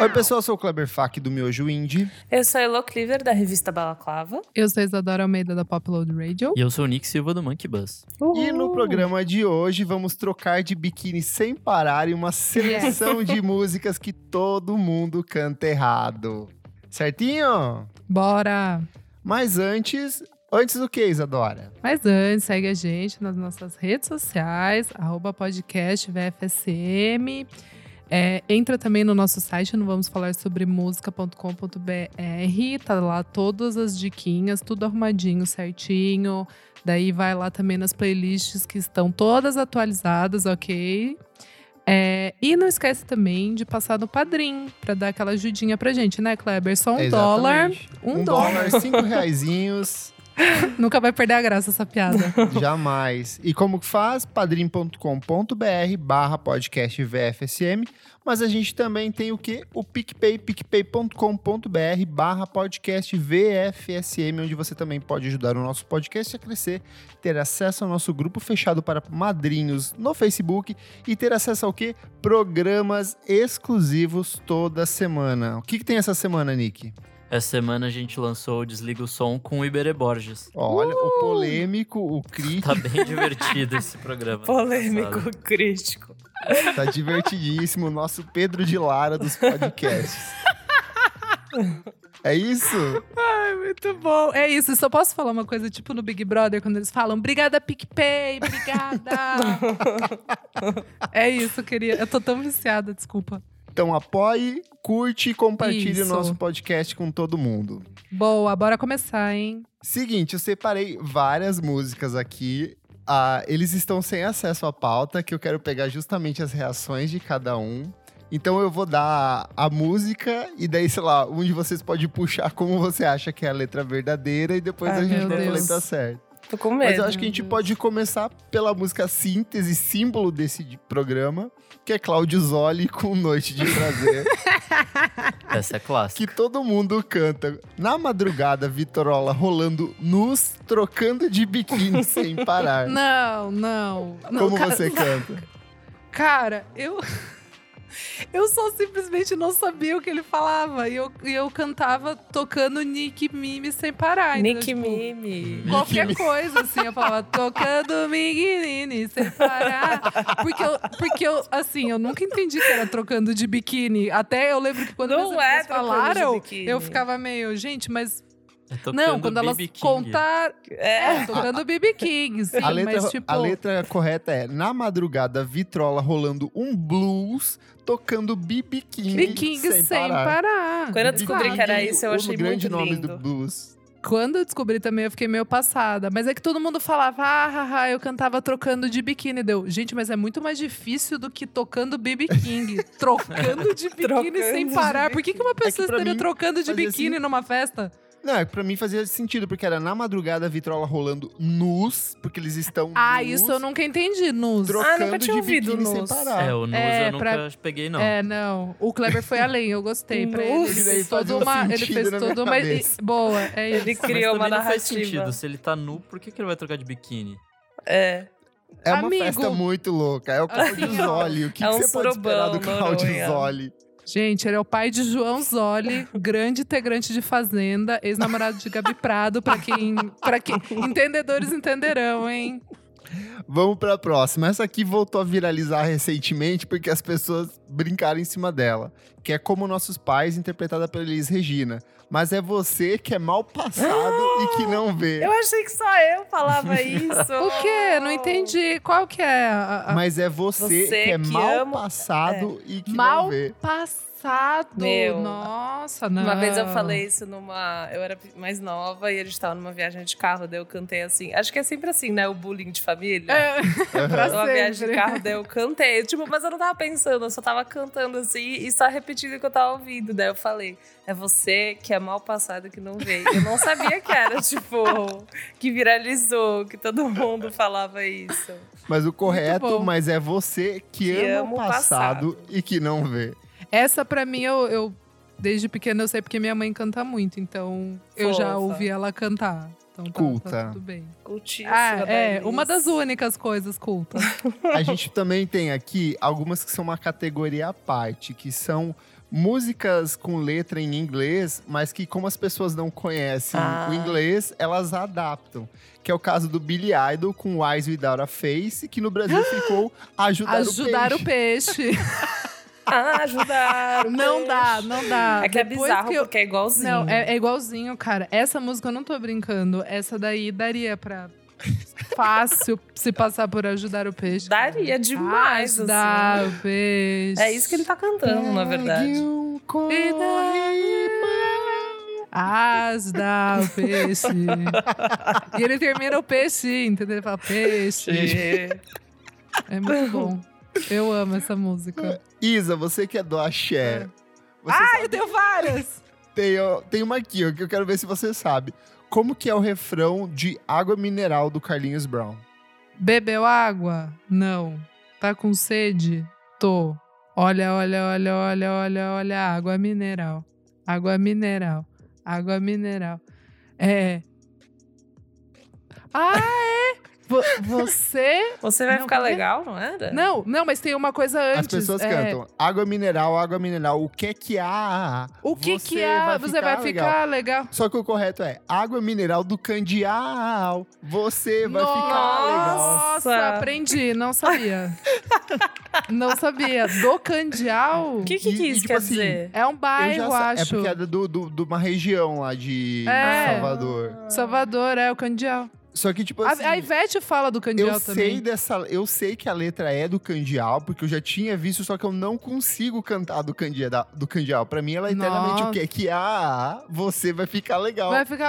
Oi, pessoal, eu sou o Kleber Fak do Miojo Indie. Eu sou a Elo Cleaver, da revista Balaclava. Eu sou a Isadora Almeida da Popload Radio. E eu sou o Nick Silva do Monkey Bus. E no programa de hoje vamos trocar de biquíni sem parar em uma seleção de músicas que todo mundo canta errado. Certinho? Bora! Mas antes. Antes do que, Isadora? Mas antes, segue a gente nas nossas redes sociais, arroba podcast VFSM. É, entra também no nosso site, não vamos falar sobre música.com.br. Tá lá todas as diquinhas, tudo arrumadinho, certinho. Daí vai lá também nas playlists que estão todas atualizadas, ok? É, e não esquece também de passar no Padrim para dar aquela ajudinha pra gente, né, Kleber? Só um Exatamente. dólar. Um, Um dólar. dólar, cinco reaisinhos, Nunca vai perder a graça essa piada. jamais. E como que faz? padrim.com.br barra podcast VFSM. Mas a gente também tem o que? O PicPay, picpay.com.br barra podcast VFSM, onde você também pode ajudar o nosso podcast a crescer, ter acesso ao nosso grupo fechado para madrinhos no Facebook e ter acesso ao que? Programas exclusivos toda semana. O que, que tem essa semana, Nick? Essa semana a gente lançou o Desliga o Som com o Iberê Borges. Olha, o polêmico, o crítico. Tá bem divertido esse programa. Polêmico, crítico. Tá divertidíssimo o nosso Pedro de Lara dos podcasts. É isso? Ai, muito bom. É isso, só posso falar uma coisa, tipo no Big Brother, quando eles falam, obrigada, PicPay, obrigada. é isso, queria. Eu tô tão viciada, desculpa. Então apoie, curte e compartilhe o Isso. nosso podcast com todo mundo. Boa, bora começar, hein? Seguinte, eu separei várias músicas aqui. Ah, eles estão sem acesso à pauta, que eu quero pegar justamente as reações de cada um. Então eu vou dar a música e daí, sei lá, um de vocês pode puxar como você acha que é a letra verdadeira e depois Ai, a gente meu dá a Deus. letra certa. Tô com medo. Mas eu acho que a gente pode começar pela música síntese, símbolo desse de- programa, que é Cláudio Zoli com Noite de Prazer, Essa é que clássica. todo mundo canta. Na madrugada, Vitorola rolando nus, trocando de biquíni sem parar. Não, não. não Como cara, você canta? Cara, eu. Eu só simplesmente não sabia o que ele falava. E eu, e eu cantava tocando Nick Mimi sem parar. entendeu? Nick Tipo, Mimi. Qualquer coisa, assim, eu falava tocando biquíni sem parar. Porque eu, porque eu, assim, eu nunca entendi que era trocando de biquíni. Até eu lembro que quando Não elas é trocando de falaram, biquíni. eu ficava meio, gente, mas. É não, tocando quando elas B.B. King. contar. É. É, tocando BB King, sim, a, letra, mas tipo. a letra correta é: Na madrugada, Vitrola rolando um blues, tocando BB King, BB King sem, sem, parar. parar. Quando eu descobri que era isso, eu Um achei grande muito nome lindo. do blues. Quando eu descobri também, eu fiquei meio passada. Mas é que todo mundo falava, ah, haha, eu cantava trocando de biquíni. Deu, gente, mas é muito mais difícil do que tocando BB King. trocando de biquíni Trocando sem de parar. Por que, que uma pessoa É pra estaria mim, trocando de fazia assim, biquíni numa festa? Não, é que pra mim fazia sentido, porque era na madrugada a vitrola rolando nus, porque eles estão. Ah, um nus, isso eu nunca entendi, Nus. Trocando Ah, nunca tinha de ouvido biquíni nus. sem parar. É, o Nus É, eu nunca peguei, não. É, não. O Kleber foi além, eu gostei. Um pra ele. Nossa. Ele Daí fez fazia toda um uma. Ele sentido fez na minha toda uma. e- cabeça. boa, é isso. Ele Mas criou uma também não faz sentido. narrativa. Se ele tá nu, por que, que ele vai trocar de biquíni? É. É uma Amigo. festa muito louca. É o Claudio Assim, ó. Zoli. O que, É que um você pode esperar do surubão, Claudio Noronha. Zoli? Gente, ele é o pai de João Zoli, grande integrante de Fazenda, ex-namorado de Gabi Prado, pra quem, pra quem. Entendedores entenderão, hein? Vamos pra próxima. Essa aqui voltou a viralizar recentemente porque as pessoas brincaram em cima dela. Que é Como Nossos Pais, interpretada pela Elis Regina. Mas é você que é mal passado e que não vê. Eu achei que só eu falava isso. O quê? Não entendi. Qual que é? A, a- Mas é você, Você que é que mal ama- é. passado e que não Mal vê. passado. Meu. Nossa, não. Uma vez eu falei isso numa. Eu era mais nova e a gente tava numa viagem de carro, daí eu cantei assim. Acho que é sempre assim, né? O bullying de família. É, pra Uma viagem de sempre. carro, daí eu cantei. Tipo, mas eu não tava pensando, eu só tava cantando assim e só repetindo o que eu tava ouvindo. Daí eu falei, é você que é mal passado que não veio. Eu não sabia que era, tipo, que viralizou, que todo mundo falava isso. Mas o correto, bom. mas é você que, Que ama ama o o passado, e que não vê. Essa pra mim, eu, eu- desde pequena eu sei porque minha mãe canta muito, então eu já Fofa. ouvi ela cantar. Então tá, Culta. tá tudo bem. Cultíssima Ah, da é, Elis. uma das únicas coisas cultas. A gente também tem aqui algumas que são uma categoria à parte, que são músicas com letra em inglês, mas que como as pessoas não conhecem Ah. o inglês, elas adaptam. Que é o caso do Billy Idol com Eyes Without a Face, que no Brasil ficou Ajudar, Ajudar o o peixe. Ah, ajudaram. Não dá, não dá. É que é Depois bizarro, que eu- porque é igualzinho. Não, é, é igualzinho, cara. Essa música eu não tô brincando. Essa daí daria pra. Fácil se passar por ajudar o peixe. cara. Daria demais, assim. Ah, Ajudar o peixe. É isso que ele tá cantando, na verdade. Um Ajudar o peixe. e ele termina o peixe, entendeu? Ele fala peixe. É muito bom. Eu amo essa música. Isa, você que é do axé. Você Ah, eu tenho várias! tem, ó, tem uma aqui, ó, que eu quero ver se você sabe. Como que é o refrão de Água Mineral do Carlinhos Brown? Bebeu água? Não. Tá com sede? Tô. Olha, olha, olha, olha, olha, olha. Água mineral. Água mineral. Água mineral. É. Ah, é? Vo- Você. Você vai Não, ficar porque- legal, não era? Não, não, mas tem uma coisa antes. É. As pessoas é, cantam água mineral, água mineral. O que é que há? O que que é? você vai legal." ficar legal. Só que o correto é água mineral do candial. Você vai ficar legal. Nossa, legal. aprendi, não sabia. não sabia. Do Candial O que, que, que E- e, isso tipo quer assim, dizer? é um Eu bairro, já eu sa- É acho. porque é do- do- de uma região lá de É. Salvador. Salvador, é o Candial. Só que, tipo A- assim. a, Ivete fala do Candial eu também. sei dessa, eu sei que a letra é do Candial, porque eu já tinha visto, só que eu não consigo cantar do Candial. Do candial. Pra mim, ela é eternamente o Nossa. que é que ah, você vai ficar legal. Vai ficar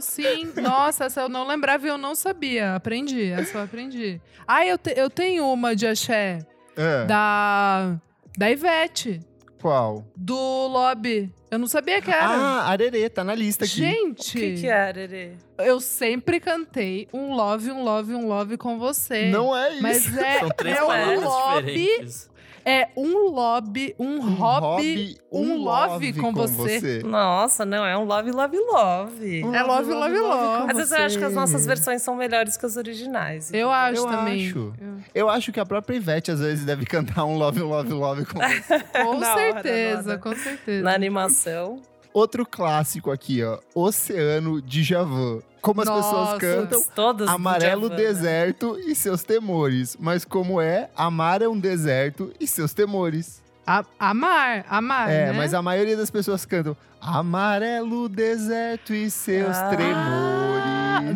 sim. Nossa, essa eu não lembrava e eu não sabia. Aprendi, essa eu aprendi. Ah, eu, te- eu tenho uma de axé Ah, da, da Ivete, Qual? do Lobby. Eu não sabia que era. Ah, arerê, tá na lista aqui. O Gente, que, que é, Arerê? eu sempre cantei um love, um love, um love com você. Não é isso. Mas é, São três é um palavras lobby, diferentes. é um lobby, um, Um hobby. um love com você. Nossa, não, é um love, love, love. Um É love, love, love. com Às vezes eu você. acho que as nossas versões são melhores que as originais. Eu acho Eu também. acho. Eu acho que a própria Ivete às vezes deve cantar um love, love, love com você. Com Na hora, certeza, na hora. com certeza. Na animação. Outro clássico aqui, ó. Oceano de Javan. Como as Nossa. pessoas cantam. todas do Então, Amarelo Djavan, né? deserto e seus temores. Mas como é, amar é um deserto e seus temores. A- amar, Ah, amar. é, né? mas a maioria das pessoas cantam amarelo deserto e seus Ah, tremores.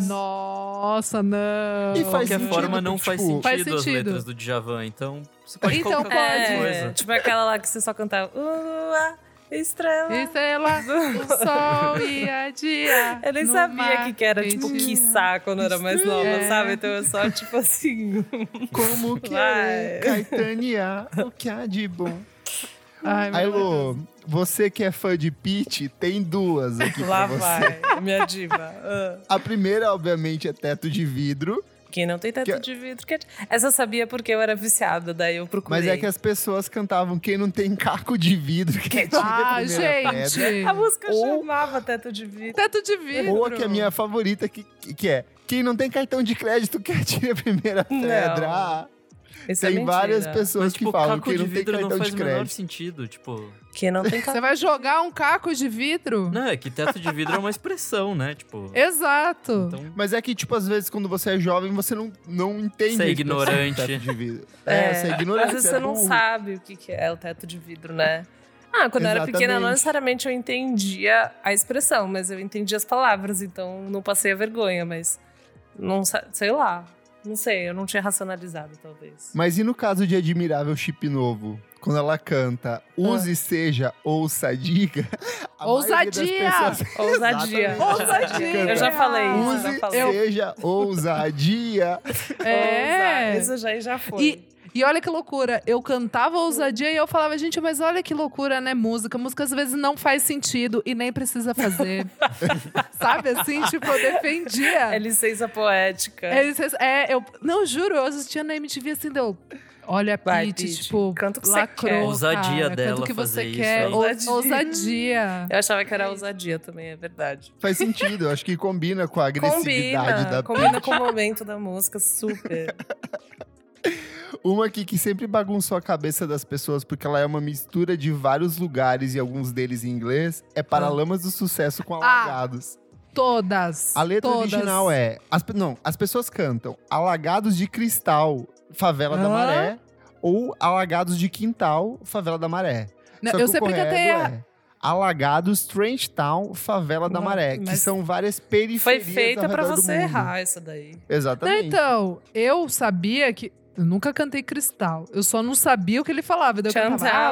Ah, Nossa, não. E faz De qualquer sentido, forma, não porque, faz, tipo, sentido Faz as sentido. letras do Djavan, então você pode Então colocar É, qualquer coisa. tipo aquela lá que você só cantava. Lua, estrela. Estrela, o sol e a dia. Eu nem no sabia mar, o que, que era, tipo, gente. quiçá quando eu era mais nova, É. sabe? Então eu só, tipo assim. Como que é, Caetania, o que há de bom. É Ai, Aí, meu Deus. Lô, você que é fã de Pete, tem duas aqui lá pra você. vai, minha diva. Ah. A primeira, obviamente, é Teto de Vidro, Quem não tem teto Que- é de vidro. Que... é Essa eu sabia porque eu era viciada, daí eu procurei. mas é que as pessoas cantavam Quem não tem caco de vidro, que é Ah, gente. A música Ou- chamava teto de vidro. Teto de vidro. Ou a que é a minha favorita, que, que é Quem não tem cartão de crédito, que atire a primeira pedra. Ah, Isso é Tem mentira. várias pessoas Mas, tipo, que falam caco Quem de não tem vidro não cartão faz de o menor crédito. sentido. Tipo, Que não é tem Você vai jogar um caco de vidro? não, é que teto de vidro é uma expressão, né? Tipo, Exato. então, Mas é que, tipo, às vezes, quando você é jovem, você não, não entende. Você é a expressão ignorante. teto de vidro. É, você é ignorante. Às vezes é você não burro. sabe o que que é o teto de vidro, né? Ah, quando eu era pequena, não Exatamente. necessariamente eu entendia a expressão, mas eu entendi as palavras, então não passei a vergonha, mas não sa- sei lá. Não sei, eu não tinha racionalizado, talvez. Mas e no caso de Admirável Chip Novo? Quando ela canta Use, seja, ouça, diga. a maioria das Ousadia! pessoas- Ousadia. Exatamente. Ousadia! Eu já falei isso, eu já Use, falei. seja, ousadia. É. Então, Ousa- Isso já, já foi. E, e olha que loucura, eu cantava ousadia e eu falava, gente, mas olha que loucura, né? Música. Música às vezes não faz sentido e nem precisa fazer. Sabe assim? Tipo, eu defendia. É licença poética. É, vocês- é, eu não juro, eu assistia na MTV assim, deu. Olha a Vai, Pete, Pitty. tipo, Canta o que você lacrou, quer. Ousadia cara, dela Quanto que você fazer isso quer? aí. Ou- Ousadia. Ousadia. Eu achava que era ousadia também, é verdade. Faz sentido, eu acho que combina com a agressividade da Combina, combina com o momento da música, super. Uma aqui que sempre bagunçou a cabeça das pessoas porque ela é uma mistura de vários lugares e alguns deles em inglês é Paralamas do Sucesso com Alagados. Todas. a letra todas. original é. as pe- não, as pessoas cantam Alagados de Cristal, Favela da Hã? Maré, ou Alagados de Quintal, Favela da Maré. Não, Só eu o sempre correto cantei a... é Alagados, Strange Town, Favela da Não, Maré, que mas são várias E periferias. foi feita ao pra redor do você mundo. errar essa daí. É, Não, Exatamente. então, eu sabia que. Eu nunca cantei cristal. Eu só não sabia o que ele falava. Daí eu cantava Chantal.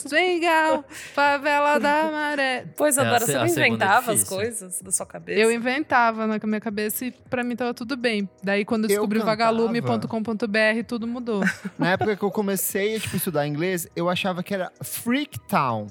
tringal, favela da maré. Pois É, a agora se- você a não segunda é inventava as difícil. coisas da sua cabeça? Eu inventava na minha cabeça e pra mim tava tudo bem. Daí quando eu Eu descobri cantava. vagalume.com.br, tudo mudou. Na época que eu comecei a tipo, estudar inglês, eu achava que era Freak Town.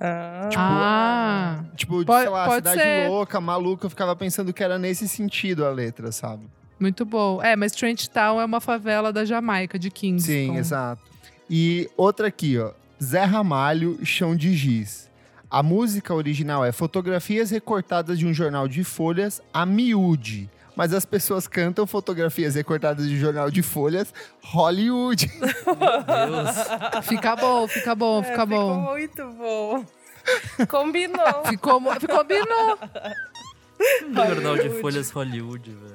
Ah. Tipo, ah. Tipo, Pode- sei lá, pode cidade ser. louca, maluca, eu ficava pensando que era nesse sentido a letra, sabe? Muito bom. É, mas Trent Town é uma favela da Jamaica, de Kingston. Sim, exato. E outra aqui, ó. Zé Ramalho, Chão de Giz. A música original é fotografias recortadas de um jornal de folhas a miúde. Mas as pessoas cantam fotografias recortadas de jornal de folhas Hollywood. Deus. Fica bom, fica bom, fica bom. É, Ficou muito bom. Combinou. Ficou, mo- ficou binou. Jornal de Hollywood. Folhas Hollywood, velho.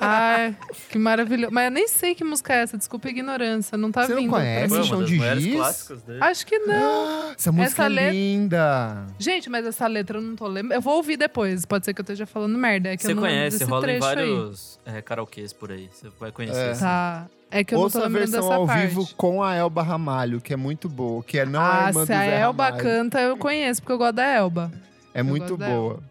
Ai, que maravilhoso. Mas eu nem sei que música é essa, desculpa a ignorância. Não tá Você não vindo. conhece? É, Esse Foi pra mim. uma chão é das de maiores giz? clássicos dele. Acho que não. Essa música é letra- linda. Gente, mas essa letra eu não tô lembrando. Eu vou ouvir depois, pode ser que eu esteja falando merda. É que eu Você não lembro conhece, desse rola em trecho vários é, karaokês por aí. Você vai conhecer. aí. assim. Tá. É que eu Ouça não a tô lembrando versão dessa ao parte. vivo com a Elba Ramalho, que é muito boa, que é não a ah, irmã do se a Zé Elba Ramalho. canta, eu conheço, porque eu gosto da Elba. É muito gosto da boa.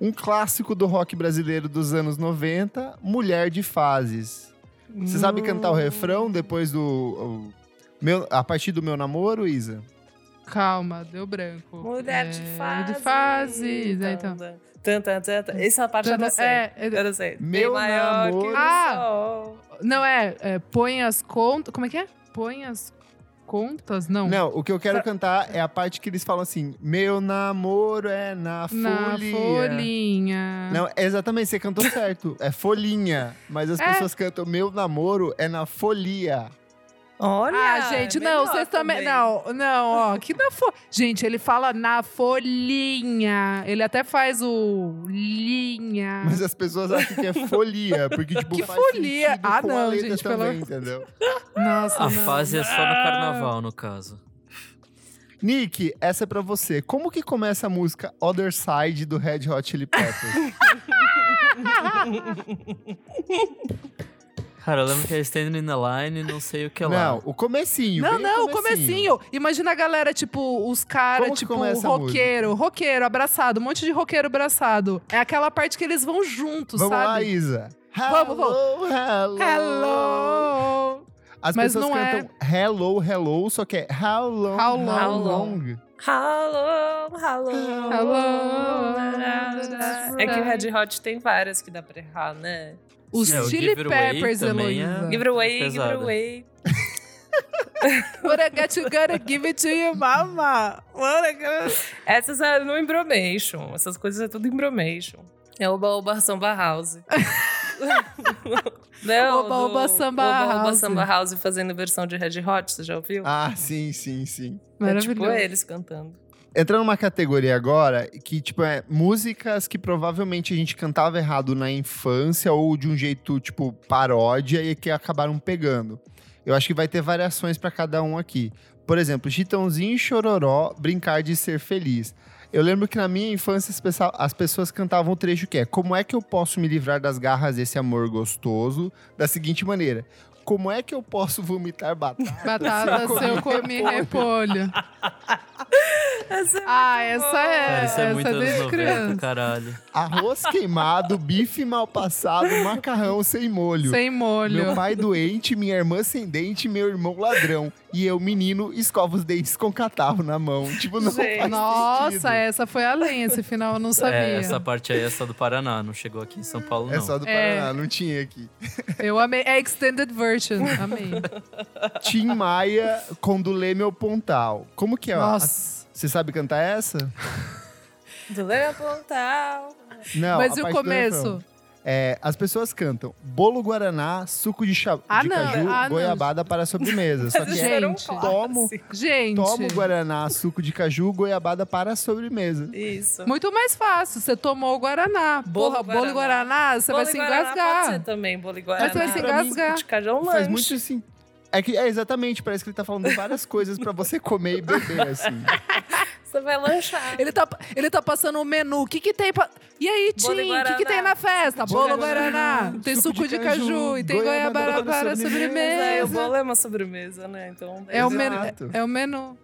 Um clássico do rock brasileiro dos anos 90, Mulher de Fases. Você sabe Hum, cantar o refrão depois do. o- meu, a partir do meu namoro, Isa? Calma, deu branco. Mulher de É, fase. De fases. é, então. Tanta, tanta. Essa parte eu não sei. É, é, Eu não sei. Bem Meu maior que namoro- o Ah! sol. não, é, é. Põe as contas. Como é que é? Põe as contas? Não. Não, o que eu quero Sa- cantar é a parte que eles falam assim: Meu namoro é na Na folhinha. folhinha. Não, é exatamente, você cantou certo. É folhinha. Mas as É. pessoas cantam: Meu namoro é na folia. Olha! Ah, gente, não, melhor vocês também. Não, não, ó, que na fo... Gente, ele fala na folhinha. Ele até faz o linha. Mas as pessoas acham que é folia, porque, tipo, Ah. Que faz folia? sentido Ah, com a não, letra gente, pelo também, amor- entendeu? Nossa, não. A fase é só no carnaval, no caso. Nick, essa é pra você. Como que começa a música Other Side do Red Hot Chili Peppers? Cara, eu lembro que é Standing in the Line, não sei o que lá. não, o comecinho. Não, é bem não, o comecinho. Imagina a galera, tipo, os caras, Como que tipo, começa a roqueiro, roqueiro, abraçado, um monte de roqueiro abraçado. É aquela parte que eles vão juntos, Vamos sabe? lá, Isa. Vamos, vamos. Hello, hello. Hello! As Mas pessoas não é. cantam hello, hello, só que é how long, How long. how long. Hello, hello. Hello. É que o Red Hot tem várias que dá pra errar, né? Os É, o Chili Give It Away Peppers, também é- Heloísa. Give it away, give Pesada. it away. What I got, you gotta give it to you, mama. What I got- Essas é no Embromation. Essas coisas é tudo Embromation. É o Baoba Samba House. Não, Oba, do- oba, samba Oba, oba, house. Samba House fazendo versão de Red Hot, você já ouviu? Ah, sim, sim, sim. é tipo Maravilhoso. eles cantando. Entrando numa categoria agora que, tipo, é músicas que provavelmente a gente cantava errado na infância ou de um jeito, tipo, paródia e que acabaram pegando. Eu acho que vai ter variações pra cada um aqui. Por exemplo, Chitãozinho e Chororó, Brincar de Ser Feliz. Eu lembro que na minha infância as pessoa- as pessoas cantavam o trecho que é Como é que eu posso me livrar das garras desse amor gostoso? Da seguinte maneira. Como é que eu posso vomitar batata? Batata, se eu comi repolho. Essa é Ah, muito essa boa. é. Cara, isso é, essa muito é anos desde 90, criança. caralho. É, Arroz queimado, bife mal passado, macarrão sem molho. Sem molho. Meu pai doente, minha irmã sem dente, meu irmão ladrão. E eu, menino, escova os dentes com catarro na mão. Tipo, não Gente. faz Nossa, sentido. essa foi além. Esse final eu não sabia. É, essa parte aí é só do Paraná, não chegou aqui em São Paulo, não. É só do É. Paraná, não tinha aqui. Eu amei. É extended version. Amei. Tim Maia, Condulê Meu Pontal. Como que é? Nossa. Você sabe cantar essa? Do Leme Pontal. Não, Mas a e parte o do refrão. começo? É, as pessoas cantam bolo guaraná, suco de, cha- Ah, de não. caju, Ah, não. goiabada para sobremesa. Só que Esses é foram Gente, tomo- clássicos. Gente. tomo guaraná, suco de caju, goiabada para sobremesa. Isso. Muito mais fácil. Você tomou o Guaraná. Bolo Porra, bolo Guaraná. e Guaraná, você vai Bolo se e Guaraná Pode ser engasgar. também, bolo e Guaraná. Mas você vai se Pra mim, engasgar. De cajão lanche. Faz muito assim. É, que, é exatamente, parece que ele tá falando várias coisas pra você comer e beber, assim. Você vai lanchar. Ele tá, ele tá passando o menu. O que que tem pra... E aí, Tim? Bolo e O que que Guaraná. tem na festa? Bolo e Bolo Guaraná. Tem suco de caju. E tem goiabada para sobremesa. Mas é, o sobremesa. bolo é uma sobremesa, né? Então. É o, exato. menu, Exato. é o menu.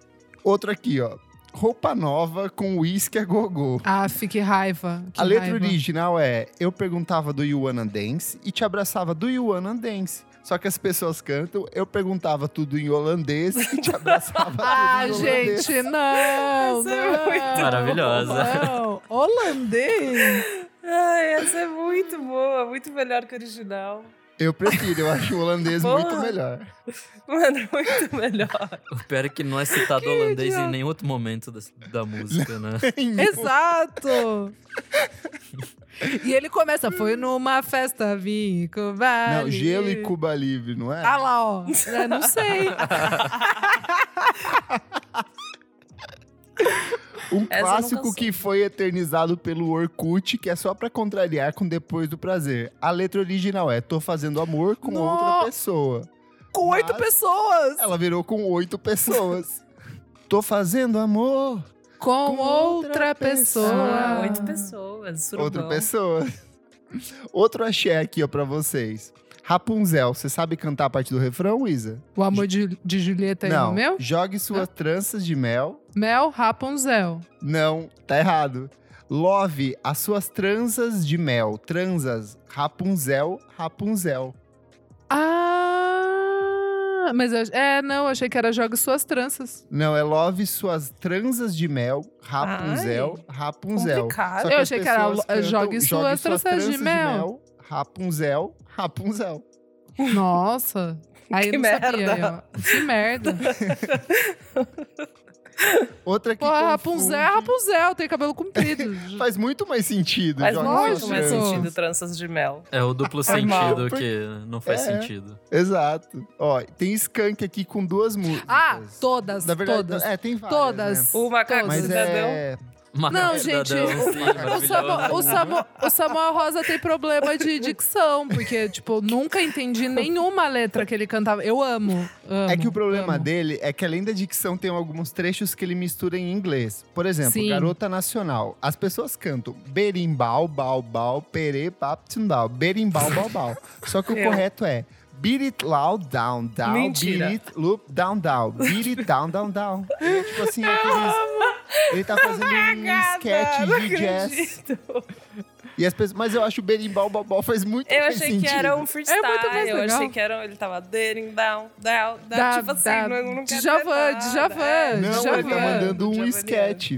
Outro aqui, ó. Roupa nova com uísque a gogô. Aff, que Ah, raiva. que A letra raiva. original é Eu perguntava do You Wanna Dance e te abraçava do You Wanna Dance. Só que as pessoas cantam, eu perguntava tudo em holandês e te abraçava tudo Ah, em holandês. é gente, não, Essa é muito não, Maravilhosa. Não. Holandês? Ai, essa é muito boa, muito melhor que o original. Eu prefiro, eu acho o holandês muito Boa. melhor. Mano, muito melhor. O pior é que não é citado holandês idiota. em nenhum outro momento da, da música, né? Exato. E ele começa, foi numa festa vinco, vale. Não, gelo e Cuba Livre, não é? Ah lá, ó. É, não sei. Um Essa eu nunca clássico soube. que foi eternizado pelo Orkut, que é só pra contrariar com Depois do Prazer. A letra original é Tô fazendo amor com No- outra pessoa. Com oito Mas- pessoas. Ela virou com oito pessoas. Tô fazendo amor Com, outra, outra pessoa. pessoa. Ah, oito pessoas. Surubão. outra pessoa. Outro axé aqui, ó, pra vocês. Rapunzel, você sabe cantar a parte do refrão, Isa? O amor de, de Tá Julieta aí no Não. meu? Jogue Ah. suas tranças de mel. Mel Rapunzel. Não, tá errado. Love, as suas tranças de mel. Transas, Rapunzel, Rapunzel. Ah, mas eu, é, não, eu achei que era joga suas tranças. Não, é Love Suas Transas de Mel, Rapunzel, Rapunzel. complicado. Só que Eu as achei que era pessoas lo- Jogue Suas Tranças de Mel. Rapunzel, Rapunzel. Nossa. Aí Que eu não sabia. merda. aí, ó. Que merda. Outra que Pô, a Rapunzel é a confunde- Rapunzel, tem cabelo comprido. Faz muito mais sentido. Faz Jogue muito Suas mais Tranças. Lógico. sentido tranças de mel. É o duplo Normal, sentido porque- que não faz É. sentido. Exato. Ó, tem Skank aqui com duas músicas. ah, todas, Na verdade, todas. é, tem várias, todas. né? O macaco Todas. Mas cidadão. é... Mas Não, é gente, cidadão, o- sim, O, maravilhoso. Samo, o, Samo, o Samuel Rosa tem problema de dicção, porque, tipo, nunca entendi nenhuma letra que ele cantava. Eu amo, amo, É que o problema amo. dele é que além da dicção tem alguns trechos que ele mistura em inglês. Por exemplo, Sim. Garota Nacional. As pessoas cantam berimbau, bau, bau, perê, paptindau, berimbau, bau, bau. Só que o Eu. correto é beat it loud, down, down, Mentira. beat it loop, down, down, beat it down, down, down. Ele é tipo assim, aqueles... Ele tá fazendo um Cagada, não sketch de jazz. acredito. E as pessoas, mas eu acho berimbau, bau, bau faz muito Eu mais achei sentido. que era um freestyle. É mais eu legal. achei que era. um- Ele tava dating down, down, down. Da- tipo assim, da- não, não quero Djavan, ver nada. Djavan, É, Não, Já ele tá vi. mandando um Djavaniano. sketch.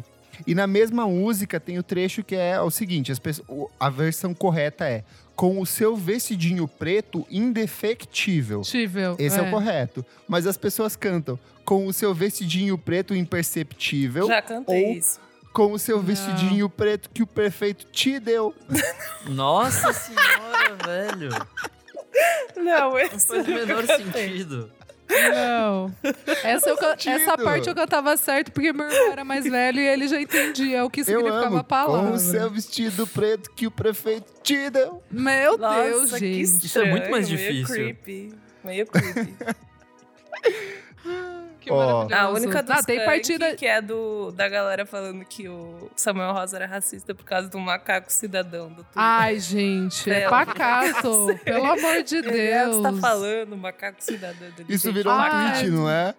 E na mesma música tem o trecho que é o seguinte: as pessoas- o- a versão correta é com o seu vestidinho preto indefectível. Tível, Esse é. o correto. Mas as pessoas cantam com o seu vestidinho preto imperceptível, Já cantei Ou- isso. com o seu vestidinho preto que o prefeito te deu. Nossa senhora, velho. Não Não, esse faz o menor sentido. Não. Essa, eu can- sentido. essa parte eu cantava certo, porque meu irmão era mais velho e ele já entendia o que Eu significava amo. a palavra. Com o seu vestido preto que o prefeito te deu. Meu Nossa, Deus, que gente. Isso é muito estranho, mais Meio difícil. creepy. Meio creepy. Que Ó. maravilhoso. A única do ah, tem Skank, partida. que é do, da galera falando que o Samuel Rosa era racista por causa do macaco cidadão do Twitter. Ai, gente, é Pelo- pacato. Pelo amor de Ele, ah, Deus. Você tá falando, macaco cidadão. dele, Isso gente. virou um Ai. tweet, não é?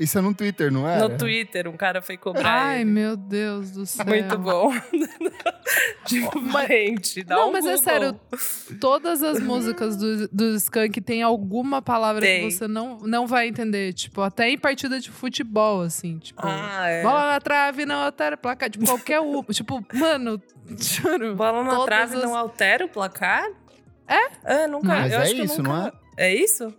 Isso é no Twitter, não é? No Twitter, um cara foi cobrar Ai, ele. meu Deus do céu. Muito bom. tipo, gente, dá Não, um mas é Google. sério, todas as músicas do, do Skank tem alguma palavra Tem. que você não, não vai entender. Tipo, até em partida de futebol, assim. Tipo, Ah, é. bola na trave, não altera placar. Tipo, qualquer um. tipo, mano, juro. Bola na Todas trave as- não altera o placar? É? É, nunca. Mas eu é acho que eu isso, nunca- não é? É isso?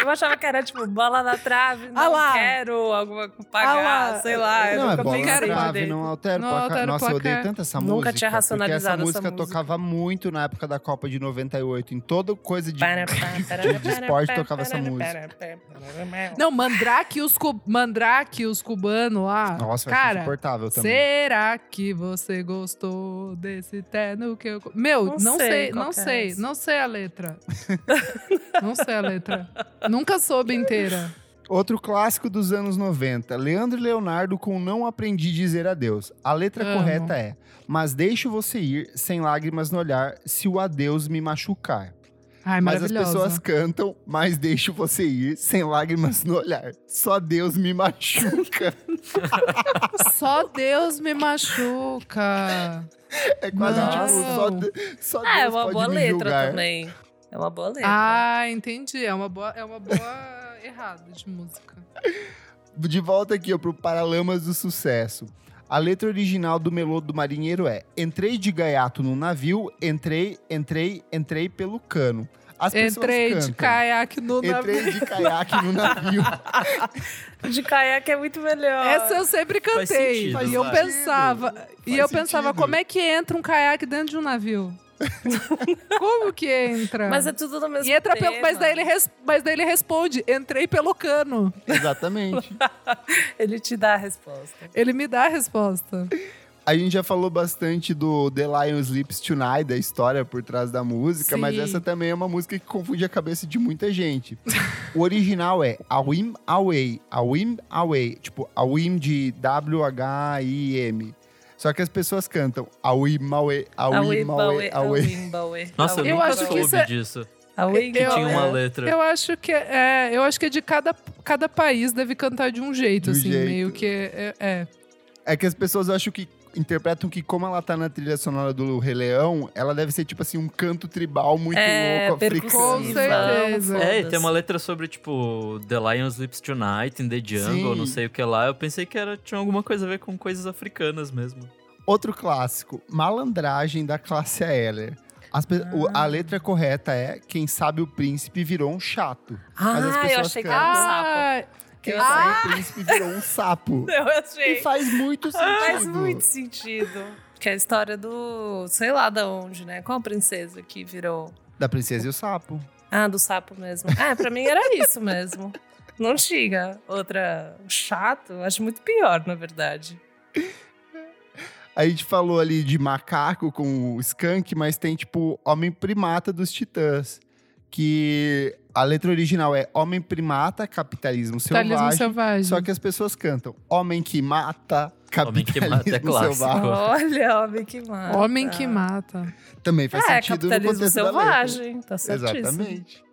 Eu achava que era tipo bola na trave, não Ah lá. quero alguma Ah pagar, lá. sei lá. Eu Não, é nunca bola pensei na pensei trave, direito. não altera o Não placar. altera o Nossa, eu odeio placar. tanto essa Nunca música. tinha racionalizado porque essa essa música música. tocava muito na época da Copa de 98. Em toda coisa de... Para, para, para, de para, esporte para, tocava essa para, música. para, para, para. Não, Mandrake e os, cu... Mandrake e os cubanos lá. Nossa, eu acho cara. insuportável também. Será que você gostou desse terno que eu. co- Meu, Não não, sei sei, qual não que é sei, essa. não sei a letra. não sei a letra. Nunca soube inteira. Outro clássico dos anos 90, Leandro e Leonardo com Não Aprendi a Dizer Adeus. A letra Amo. correta é: Mas deixo você ir sem lágrimas no olhar se o adeus me machucar. Ai, mas as maravilhosa. pessoas cantam, mas deixo você ir sem lágrimas no olhar. Só Deus me machuca. Só Deus me machuca. É quase tipo, Nossa. só, de- só Deus Ah, é uma pode boa me letra julgar. também. É uma boa letra. Ah, entendi. É uma boa, é uma boa errada de música. De volta aqui ó, pro Paralamas do Sucesso. A letra original do Melô do Marinheiro é: Entrei de gaiato no navio, entrei, entrei, entrei pelo cano. As Entrei pessoas de cantam, caiaque no navio. Entrei de caiaque no navio. De caiaque é muito melhor. Essa eu sempre cantei. Faz sentido, e eu vai. pensava, e eu Faz pensava, sentido. como é que entra um caiaque dentro de um navio? como que entra? Mas é tudo no mesmo e entra tema. pelo, mas, daí ele res- mas daí ele responde, entrei pelo cano. Exatamente. Ele te dá a resposta. Ele me dá a resposta. A gente já falou bastante do The Lion Sleeps Tonight, da história por trás da música, Sim. mas essa também é uma música que confunde a cabeça de muita gente. o original é Awim Away, Awim Away, tipo Awim de W-H-I-M. Só que as pessoas cantam Awim Away, Awim Away, Away. Away. Nossa, eu, Eu nunca acho que soube isso é- disso. Away, Eu- é, Tinha uma Away. letra. Eu acho que é, eu acho que é de cada, cada país deve cantar de um jeito, De um assim, jeito. meio que é, é. É que as pessoas acham que interpretam que como ela tá na trilha sonora do Rei Leão, ela deve ser tipo assim um canto tribal muito É, louco, percussiva. africano. Com certeza. É, e tem Foda-se. uma letra sobre, tipo, The Lion Sleeps Tonight in the Jungle, Sim. não sei o que lá. Eu pensei que era, tinha alguma coisa a ver com coisas africanas mesmo. Outro clássico, malandragem da classe Heller. As pe- o- a letra correta é quem sabe o príncipe virou um chato. Mas as Ah, eu pessoas achei que cantam. era um sapo. Ah, Quem Eu sabe o príncipe virou um sapo. Eu E achei. Ah, faz muito sentido. Faz muito sentido. Que é a história do. sei lá da onde, né? Qual a princesa que virou. Da princesa e o sapo. Ah, do sapo mesmo. Ah, pra mim era isso mesmo. Não tinha outra. Chato, acho muito pior, na verdade. A gente falou ali de macaco com o skunk, mas tem tipo homem primata dos titãs. Que a letra original é homem primata, capitalismo selvagem. Capitalismo selvagem. Só que as pessoas cantam homem que mata, Homem que capitalismo mata é clássico. selvagem. Olha, homem que mata. Homem que mata. Também faz É, sentido no capitalismo contexto da letra. selvagem. Tá certíssimo. Exatamente.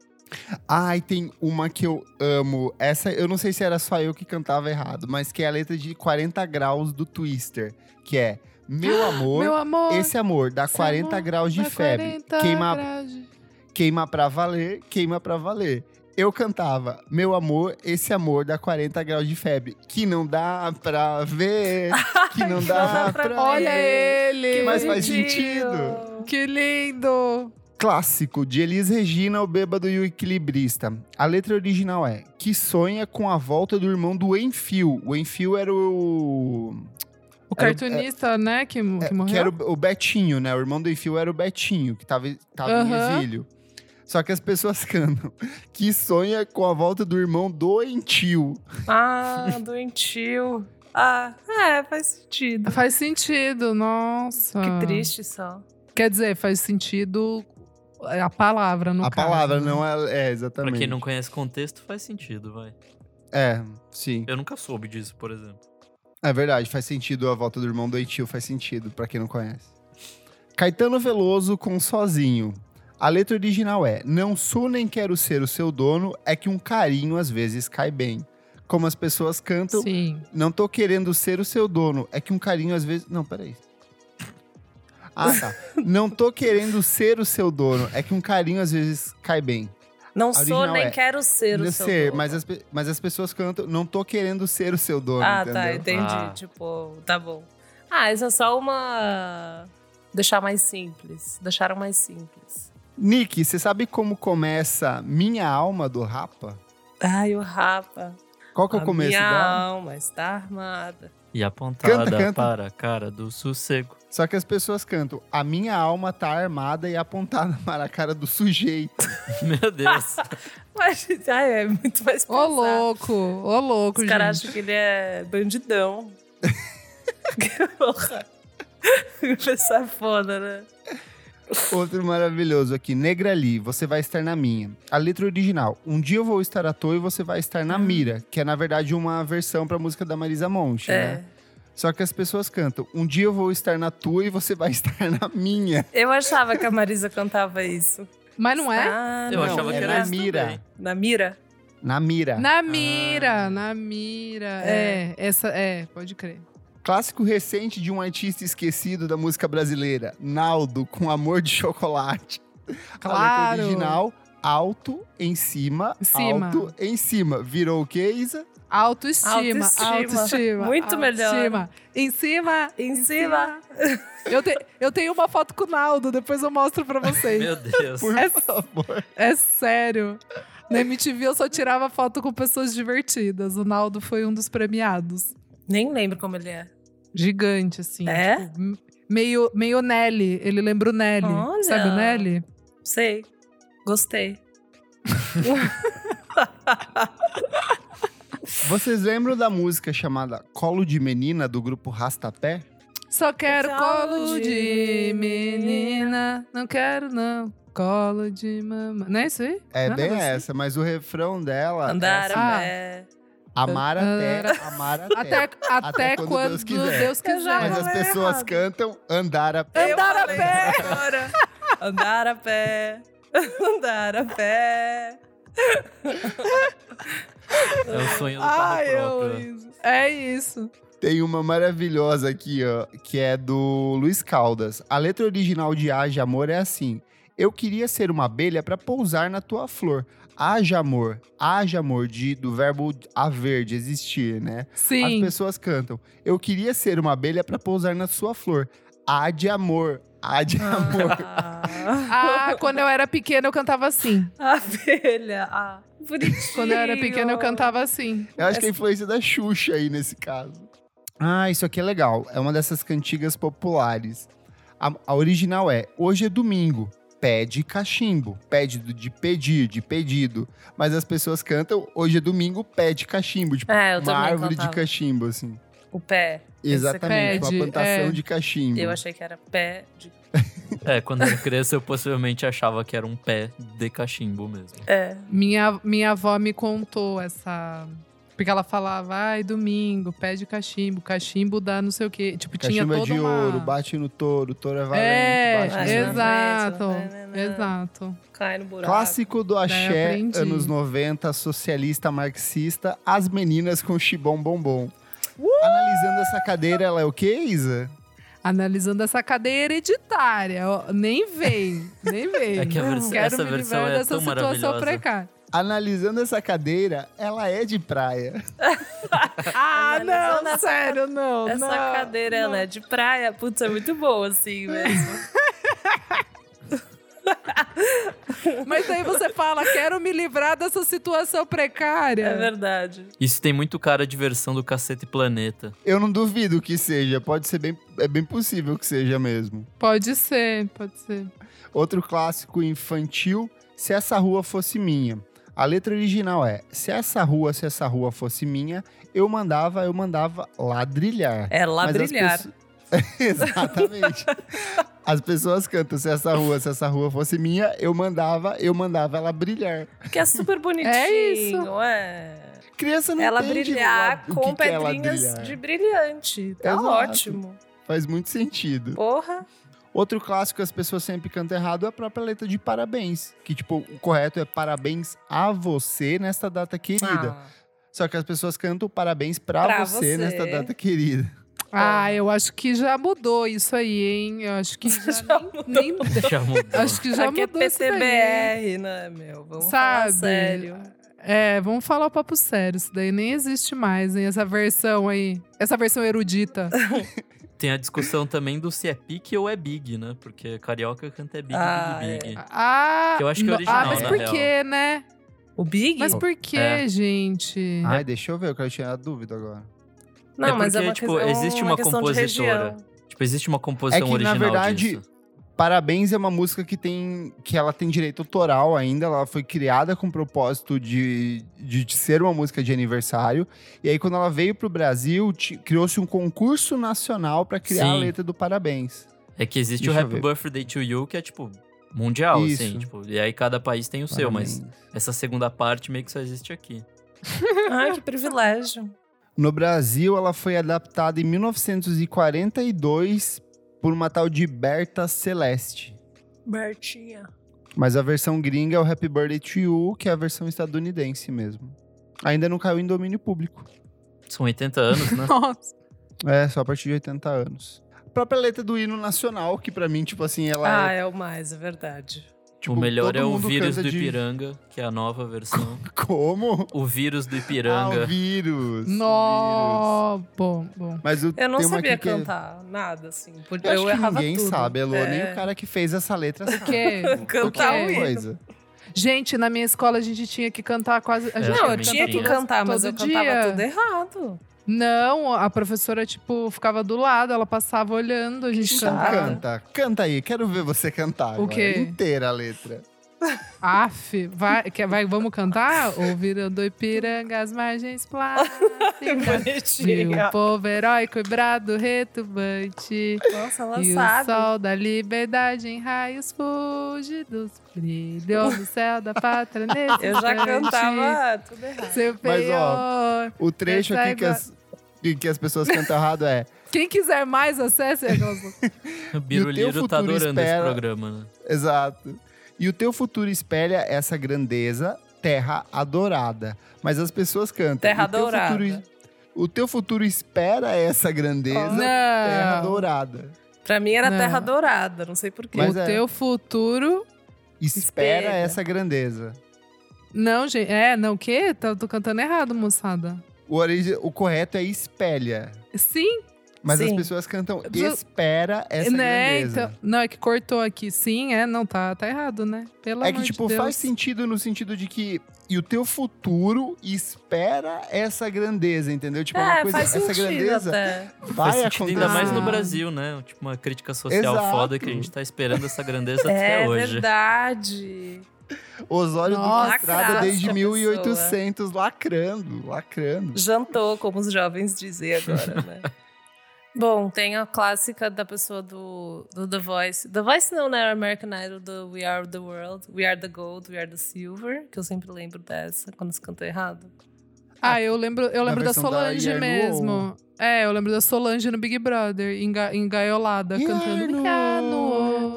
Ah, e tem uma que eu amo. Essa, eu não sei se era só eu que cantava errado, mas que é a letra de 40 graus do Twister, que é Meu amor, Meu amor. esse amor dá esse 40 amor graus de dá febre. 40 Queima, graus de- queima pra valer, queima pra valer. Eu cantava, meu amor, esse amor dá 40 graus de febre. Que não dá pra ver, que não dá pra ver. Olha ele! Que Mas faz bonitinho. sentido. Que lindo! Clássico de Elis Regina, o bêbado e o equilibrista. A letra original é Que sonha com a volta do irmão do Enfio. O Enfio era o. O Era o- é, cartunista, né, que, que morreu. Que era o, o Betinho, né? O irmão do Enfio era o Betinho, que tava, tava em Aham. exílio. Só que as pessoas cantam Que sonha com a volta do irmão doentio. Ah, doentio. Ah, é, faz sentido. Faz sentido, nossa. Que triste só. Quer dizer, faz sentido é, a palavra, no a caso. palavra né? não é. É, Pra exatamente. quem não conhece contexto, faz sentido, vai. É, sim. Eu nunca soube disso, por exemplo. É verdade, faz sentido a volta do irmão doentio, faz sentido, pra quem não conhece. Caetano Veloso com Sozinho. A letra original é: Não sou nem quero ser o seu dono, é que um carinho às vezes cai bem. como as pessoas cantam. Sim. Não tô querendo ser o seu dono. É que um carinho às vezes. Não, peraí. Ah, tá. Não tô querendo ser o seu dono. É que um carinho às vezes cai bem. Não original sou nem é- quero ser o Não seu sei, dono. Mas, as, pe- mas as pessoas cantam. Não tô querendo ser o seu dono. Ah, entendeu? tá, entendi. Ah. Tipo, tá bom. Ah, isso é só uma. Deixar mais simples. Deixaram mais simples. Nick, você sabe como começa Minha Alma do Rapa? Ai, o Rapa. Qual que é o a começo minha dela? alma está armada. E apontada Canta, canta. para a cara do sossego. Só que as pessoas cantam A minha alma tá armada e apontada para a cara do sujeito. Meu Deus. Mas ai, é muito mais Ô, pesado. louco, ô, louco, Os gente. caras acham que ele é bandidão. que porra. Pessoa foda, né? Outro maravilhoso aqui, Negra Lee, você vai estar na minha. A letra original, um dia eu vou estar à toa e você vai estar Ah. na mira, que é na verdade uma versão pra música da Marisa Monte, né? É. Só que as pessoas cantam, um dia eu vou estar na tua e você vai estar na minha. Eu achava que a Marisa cantava isso. Mas não é? Ah, Eu não, achava que é era na isso mira. também. Na mira? Na mira. Na mira, na mira. É. essa é, pode crer. Clássico recente de um artista esquecido da música brasileira, Naldo, com Amor de Chocolate. A Claro. letra original, alto, em cima, Em cima. alto, em cima. Virou o que, Isa? Autoestima, Autoestima. autoestima. Muito melhor. autoestima. Em cima, Em cima. Eu, te- eu tenho uma foto com o Naldo, depois eu mostro pra vocês. Meu Deus. Por É- favor. É sério. Na MTV eu só tirava foto com pessoas divertidas. O Naldo foi um dos premiados. Nem lembro como ele é. Gigante, assim. É? tipo, m- meio, meio Nelly. Ele lembra o Nelly. Olha! Sabe o Nelly? Sei. Gostei. Vocês lembram da música chamada Colo de Menina, do grupo Rastapé? Só quero Colo colo de de menina. Não quero, não. Colo de mamãe. Não é isso aí? É Não um bem negócio assim? essa, mas o refrão dela Andara, é Ah. é. assim, amar até, amar até. Até, até, Até quando quando, Deus Deus quiser. quiser. Eu já Mas tava as pessoas errado. cantam andar a pé. Eu Andar a falei pé. isso agora. Andar a pé. Andar a pé. É o sonho do carro Ai, eu. próprio. É isso. Tem uma maravilhosa aqui, ó, que é do Luiz Caldas. A letra original de Haja Amor é assim: Eu queria ser uma abelha pra pousar na tua flor. Haja amor, haja amor, de, do verbo haver, de existir, né? As Sim. pessoas cantam: Eu queria ser uma abelha pra pousar na sua flor. Há de amor, há de amor. Ah, Ah, quando eu era pequena eu cantava assim. abelha. Ah, bonitinho. Quando eu era pequena, eu cantava assim. Eu acho que a influência da Xuxa aí nesse caso. Ah, isso aqui é legal. É uma dessas cantigas populares. A, a original é Hoje é domingo. Pede cachimbo. Pede do- de pedir, de pedido. Mas as pessoas cantam Hoje é domingo, pede cachimbo. Tipo, É, eu uma também árvore cantava. de cachimbo, assim. O pé. Exatamente, pede, uma plantação é. de cachimbo. Eu achei que era pé de... É, quando eu cresço, eu possivelmente achava que era um pé de cachimbo mesmo. É. Minha, minha avó me contou essa. Porque ela falava, ai, domingo, pede cachimbo, cachimbo dá não sei o quê. Tipo, tinha Cachimbo toda é de uma... ouro, bate no touro, touro é valente, É, bate no na sangue. exato. frente, né, né, né. Exato. Cai no buraco. Clássico do axé, aprendi. anos 90, socialista marxista, as meninas com chibom bombom. Analisando essa cadeira, ela é o que, Isa? Analisando essa cadeia hereditária. ó, nem vem, nem vem. É que a Não versão- quero essa me versão livrar é dessa tão situação maravilhosa. precária. Analisando essa cadeira, ela é de praia. Ah, Analisando não, essa- sério, não. Essa não, cadeira, não. ela é de praia. Putz, é muito boa assim mesmo. Mas daí você fala, quero me livrar dessa situação precária. É verdade. Isso tem muito cara de versão do Cacete Planeta. Eu não duvido que seja, pode ser bem, é bem possível que seja mesmo. Pode ser, pode ser. Outro clássico infantil, Se Essa Rua Fosse Minha. A letra original é: Se essa rua, se essa rua fosse minha, eu mandava, eu mandava ladrilhar. É Mas as ladrilhar. pesso- Exatamente. As pessoas cantam se essa rua, se essa rua fosse minha, eu mandava, eu mandava ela brilhar. Que é super bonitinho. É isso. é. Criança não Ela entende brilhar o, lad- o com que que é ela pedrinhas brilhar. de brilhante. Tá Exato. ótimo. Faz muito sentido. Porra. Outro clássico que as pessoas sempre cantam errado é a própria letra de parabéns, que tipo, o correto é parabéns a você nesta data querida. Ah, Só que as pessoas cantam parabéns pra, Pra você, você. nesta data querida. Ah, eu acho que já mudou isso aí, hein? Eu acho que já, Já nem- mudou. nem, Já mudou. Acho que já Aqui é mudou isso daí. PTBR, né, meu? Vamos falar Sabe? sério. É, vamos falar o papo sério. Isso daí nem existe mais, hein? Essa versão aí. Essa versão erudita. Tem a discussão também do se é pique ou é big, né? Porque carioca canta é big, Ah, big, big. Ah, Que eu acho que é no- original, ah mas na por real. quê, né? O Big? Mas por quê, É. gente? Ai, deixa eu ver, eu quero tirar a dúvida agora. não, é mas é porque, uma tipo, questão, existe uma questão de compositora. região. Tipo, existe uma composição É que, na original verdade, disso. Parabéns é uma música que tem que ela tem direito autoral ainda, ela foi criada com o propósito de, de, de ser uma música de aniversário. E aí quando ela veio pro Brasil, ti- criou-se um concurso nacional pra criar a Sim. letra do Parabéns. É que existe Deixa o eu Happy ver. Birthday to You, que é tipo mundial, Isso. assim. Tipo, e aí cada país tem o seu, mas Parabéns. essa segunda parte meio que só existe aqui. Ai, que privilégio. No Brasil, ela foi adaptada em 1942 por uma tal de Berta Celeste. Bertinha. Mas a versão gringa é o Happy Birthday to You, que é a versão estadunidense mesmo. Ainda não caiu em domínio público. São 80 anos, né? Nossa. É, só a partir de 80 anos. A própria letra do hino nacional, que pra mim, tipo assim, ela Ah, é. é o mais, é verdade. Tipo, o melhor todo é o mundo vírus canta do de- Ipiranga, que é a nova versão. Como? O vírus do Ah, o Ipiranga. vírus. o vírus. Nó. Bom, bom. Mas o, Eu não tem uma sabia aqui que- é cantar nada, assim. Porque Eu, Eu, acho que errava ninguém tudo. sabe, Elô, nem É. o cara que fez essa letra sabe. quê? Cantar Qualquer o hino. coisa. Gente, na minha escola a gente tinha que cantar quase. A É, gente Não, tinha eu também tinha que tinha. cantar, mas eu Todo cantava dia. tudo errado. Não, a professora, tipo, ficava do lado, ela passava olhando, a gente Então chato. cantava. canta. Canta aí, quero ver você cantar. O agora, quê? Inteira a letra. Aff, vai, quer, vai, vamos cantar? Ouviram do Ipiranga as margens um plásticas. Viu o Bonitinha. povo heróico e brado retumbante. Nossa, ela E o sabe. sol da liberdade em raios fúlgidos brilhou no céu da pátria nesse Eu já instante. cantava tudo errado. Seu Mas, pior. O trecho Essa aqui é que as, e que as pessoas cantam errado é. Quem quiser mais, é acesse. O Biruliro futuro tá adorando espera- esse programa, né? Exato. E o teu futuro espelha essa grandeza, terra adorada. Mas as pessoas cantam. Terra "O teu dourada." futuro- o teu futuro espera essa Oh, grandeza, terra Não. dourada. Pra mim era Não. Terra Dourada, não sei porquê. Mas o é. teu futuro. Espera, Espelha. essa grandeza. Não, gente. É, não, o quê? Tô, tô cantando errado, moçada. O, origi- o correto é espelha. Sim, Mas as Sim. pessoas cantam Eu preciso- espera essa é né? grandeza. Então, não, é que cortou aqui. Sim, é, não, tá, tá errado, né? Pelo é amor que, tipo, de Deus. faz sentido no sentido de que. E o teu futuro espera essa grandeza, entendeu? Tipo, é uma é, coisa, faz essa sentido grandeza tá vai até. Faz acontecer. sentido ainda mais no Ah. Brasil, né? Tipo, uma crítica social Exato. foda que a gente tá esperando essa grandeza É até hoje. verdade. Osório Nossa. do Estrada Lacrado desde essa 1800, lacrando, lacrando. Jantou, como os jovens dizem agora, né? Bom, tem a clássica da pessoa do, do The Voice. The Voice não, né? American Idol do We Are the World, We Are the Gold, We Are the Silver, que eu sempre lembro dessa quando se canta errado. Ah, eu lembro, eu Na lembro da versão da Solange Yair Lu, mesmo. É, eu lembro da Solange no Big Brother, enga engaiolada, Yair cantando. Lu. Engano.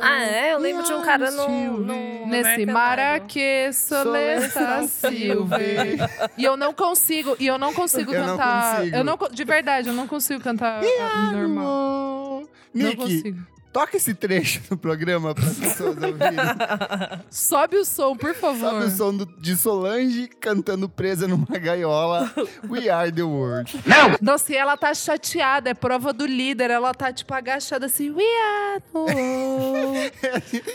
Ah, é? Eu lembro de um cara no. no Hum, Nesse American Idol. maraquê, Soleta assim, Soleta Silver. E eu não consigo, e eu não consigo Eu não cantar. consigo. Eu não, co- de verdade, eu não consigo cantar ah, normal. Normal. Não Nick, consigo. toca esse trecho no programa para as pessoas ouvirem. Sobe o som, por favor. Sabe o som do- de Solange cantando presa numa gaiola? We are the world. Nossa, e ela tá chateada, é prova do líder. Ela tá, tipo, agachada assim. We are the world.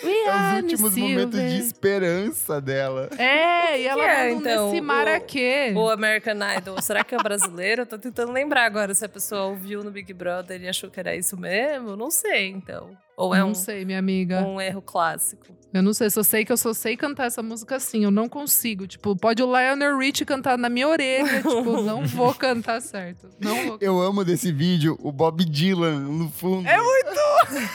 We É Ah, os are the últimos momentos de silver." esperança dela. É, e ela é, é, então, nesse o- maraquê. O American Idol, será que é brasileiro? Eu tô tentando lembrar agora se a pessoa ouviu no Big Brother e achou que era isso mesmo. Não sei, então. Ou é Não um, sei, é. minha amiga. um erro clássico. Eu não sei, só sei que eu só sei cantar essa música assim, eu não consigo. Tipo, pode o Lionel Rich cantar na minha orelha, tipo, não vou cantar certo. Não vou. Eu amo desse vídeo o Bob Dylan no fundo. É muito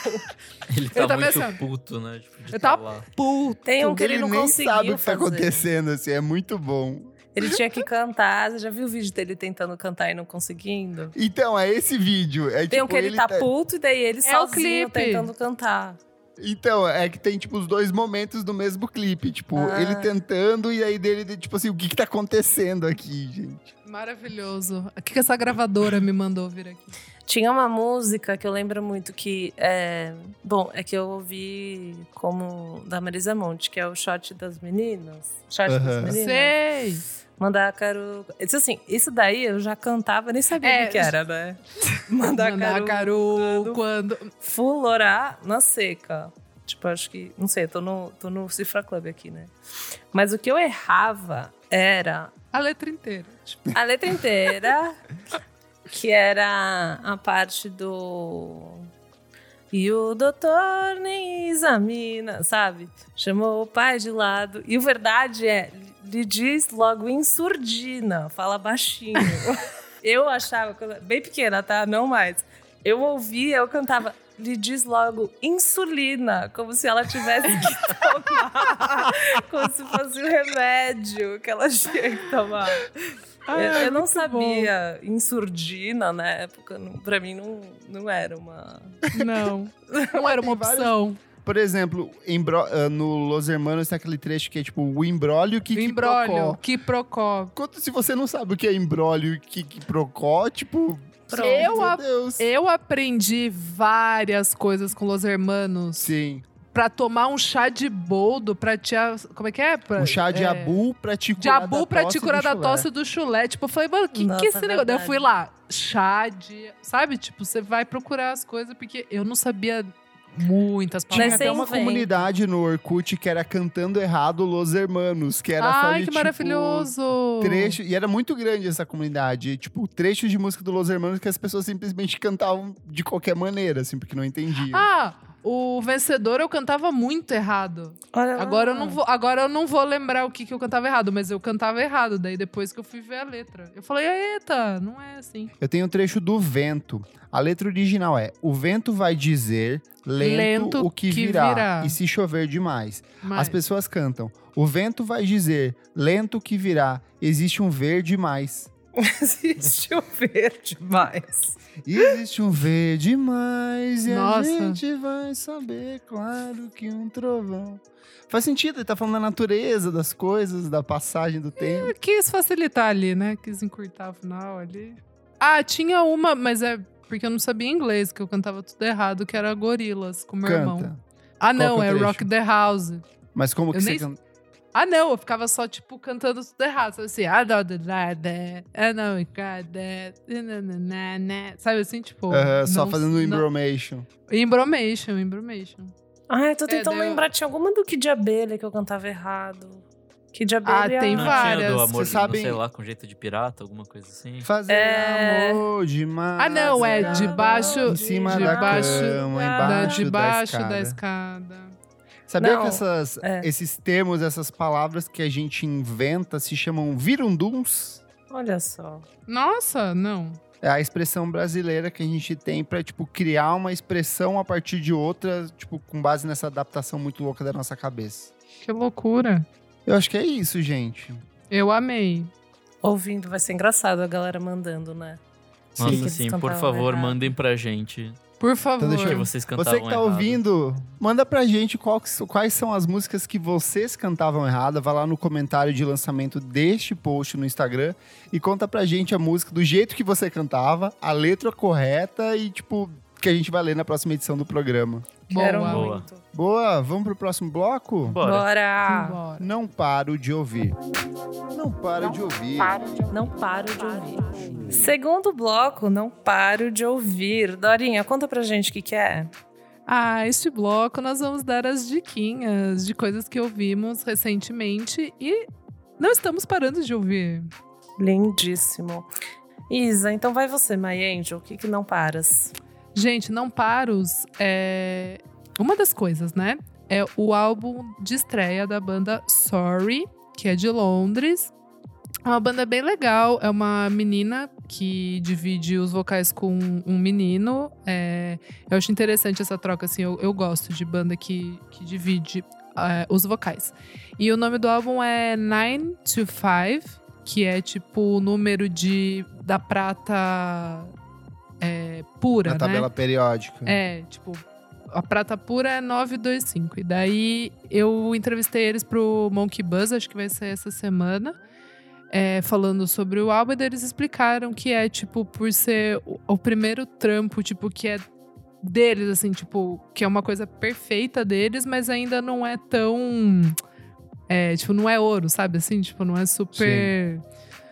Ele tá também muito sou. puto, né? Tipo, de Eu tá tava- lá. Puto. Tem um que ele, ele não nem conseguiu sabe o que tá fazer. acontecendo, assim, é muito bom. Ele tinha que cantar. Você já viu o vídeo dele tentando cantar e não conseguindo? Então, é esse vídeo. É, Tem tipo, um que ele, tá puto e daí ele É o sozinho clipe. tentando cantar. Então, é que tem, tipo, os dois momentos do mesmo clipe. Tipo, Ah. ele tentando e aí dele, tipo assim, o que que tá acontecendo aqui, gente? Maravilhoso. O que que essa gravadora me mandou vir aqui? Tinha uma música que eu lembro muito que é. Bom, é que eu ouvi como da Marisa Monte, que é o shot das meninas. Shot Aham. das meninas. Sei! Mandacaru. Isso assim, isso daí eu já cantava, nem sabia É, o que era, né? Mandacaru. Mandacaru, quando... Fulorar na seca. Tipo, acho que. Não sei, eu tô no, tô no Cifra Club aqui, né? Mas o que eu errava era A letra inteira. Tipo, a letra inteira, que era a parte do. E o doutor nem examina, sabe? Chamou o pai de lado. E o verdade é, lhe diz logo em surdina, fala baixinho. eu achava, quando- bem pequena, tá? Não mais. Eu ouvia, eu cantava, lhe diz logo insulina, como se ela tivesse que tomar. como se fosse um remédio que ela tinha que tomar. Ah, É, eu, eu não muito sabia insurdina na época. Não, pra mim não, não era uma. não. Não era uma Tem vários- opção. Por exemplo, em Bro- ah, no Los Hermanos tem aquele trecho que é tipo o embrólio que O que embrólio, procó. que procó. Quanto se você não sabe o que é embrólio e que, que procó, tipo. Pronto. Eu meu a- Deus. Eu aprendi várias coisas com Los Hermanos. Sim. Pra tomar um chá de boldo pra te... a- Como é que é? Pra- Um chá de é, abu pra te curar da Jabu pra te tosse do curar da chulé. tosse do chulé. Tipo, eu falei, mano, que, Nossa, que esse é negócio? Daí eu verdade. fui lá, chá de. Sabe? Tipo, você vai procurar as coisas, porque eu não sabia muitas Tinha Mas palavras. você até uma inventa. comunidade no Orkut que era cantando errado Los Hermanos, que era só de, Ai, que tipo, maravilhoso! trecho, e era muito grande essa comunidade, tipo, trechos de música do Los Hermanos que as pessoas simplesmente cantavam de qualquer maneira, assim, porque não entendiam. Ah, o vencedor eu cantava muito errado. Olha lá. Agora eu não vou, agora eu não vou lembrar o que, que eu cantava errado, mas eu cantava errado. Daí depois que eu fui ver a letra. Eu falei, eita, não é assim. Eu tenho um trecho do vento. A letra original é: O vento vai dizer lento, Lento o que, que virá, virá. e se chover demais. As Mas- pessoas cantam: O vento vai dizer lento o que virá, existe um verde mais. Existe o verde mais. Existe um verde mais e Nossa. a gente vai saber, claro, que um trovão. Faz sentido, ele tá falando da natureza, das coisas, da passagem do tempo. Eu quis facilitar ali, né? Quis encurtar o final ali. Ah, tinha uma, mas é porque eu não sabia inglês, que eu cantava tudo errado, que era Gorilas com meu irmão. Canta. Ah, não, que é o é trecho? Rock the House. Mas como Eu que nem- você canta? Ah, não, eu ficava só, tipo, cantando tudo errado. Sabe assim, ah, não, não, não, Sabe assim, tipo. Aham, É, só não- fazendo não- embromation. Embromation, embromation. Ai, tô tentando É, daí eu- lembrar. Tinha alguma do que de abelha que eu cantava errado. Que de abelha. Ah, tem Não tinha várias, do amor, vocês sabem- sei lá, com jeito de pirata, alguma coisa assim? Fazer É. amor demais. Ah, não, é né? debaixo- Em cima de da baixo- cama, da- Da- embaixo Debaixo da da escada. escada. Sabia Não, que essas- é. esses termos, essas palavras que a gente inventa se chamam virunduns? Olha só. Nossa, não. É a expressão brasileira que a gente tem pra, tipo, criar uma expressão a partir de outra, tipo, com base nessa adaptação muito louca da nossa cabeça. Que loucura. Eu acho que é isso, gente. Eu amei. Ouvindo, vai ser engraçado a galera mandando, né? Nossa, Sim. sim, Eles por cantavam favor, errado. mandem pra gente Por favor. Então deixa o que eu- vocês cantavam Você que tá errado. ouvindo, manda pra gente qual que so- quais são as músicas que vocês cantavam errada. Vai lá no comentário de lançamento deste post no Instagram e conta pra gente a música do jeito que você cantava, a letra correta e, tipo, que a gente vai ler na próxima edição do programa. Quero Boa. Boa. muito. Boa, vamos pro próximo bloco? Bora. Ah. Bora. Não paro de ouvir. Não paro de ouvir. Não paro de ouvir. Segundo bloco, não paro de ouvir. Dorinha, conta pra gente o que, que é. Ah, este bloco nós vamos dar as diquinhas de coisas que ouvimos recentemente e não estamos parando de ouvir. Lindíssimo. Isa, então vai você, My Angel. O que, que não paras? Gente, não paros é uma das coisas, né? É o álbum de estreia da banda Sorry, que é de Londres. É uma banda bem legal, é uma menina que divide os vocais com um menino. É, eu acho interessante essa troca, assim, eu, eu gosto de banda que, que divide é, os vocais. E o nome do álbum é Nine to Five, que é tipo o número de, da prata é, pura, Na tabela né? periódica. É, tipo, a prata pura é 925. E daí eu entrevistei eles pro Monkey Buzz, acho que vai ser essa semana. é, falando sobre o álbum, e daí eles explicaram que é, tipo, por ser o, o primeiro trampo, tipo, que é deles, assim, tipo, que é uma coisa perfeita deles, mas ainda não é tão. É, tipo, não é ouro, sabe? Assim, tipo, não é super.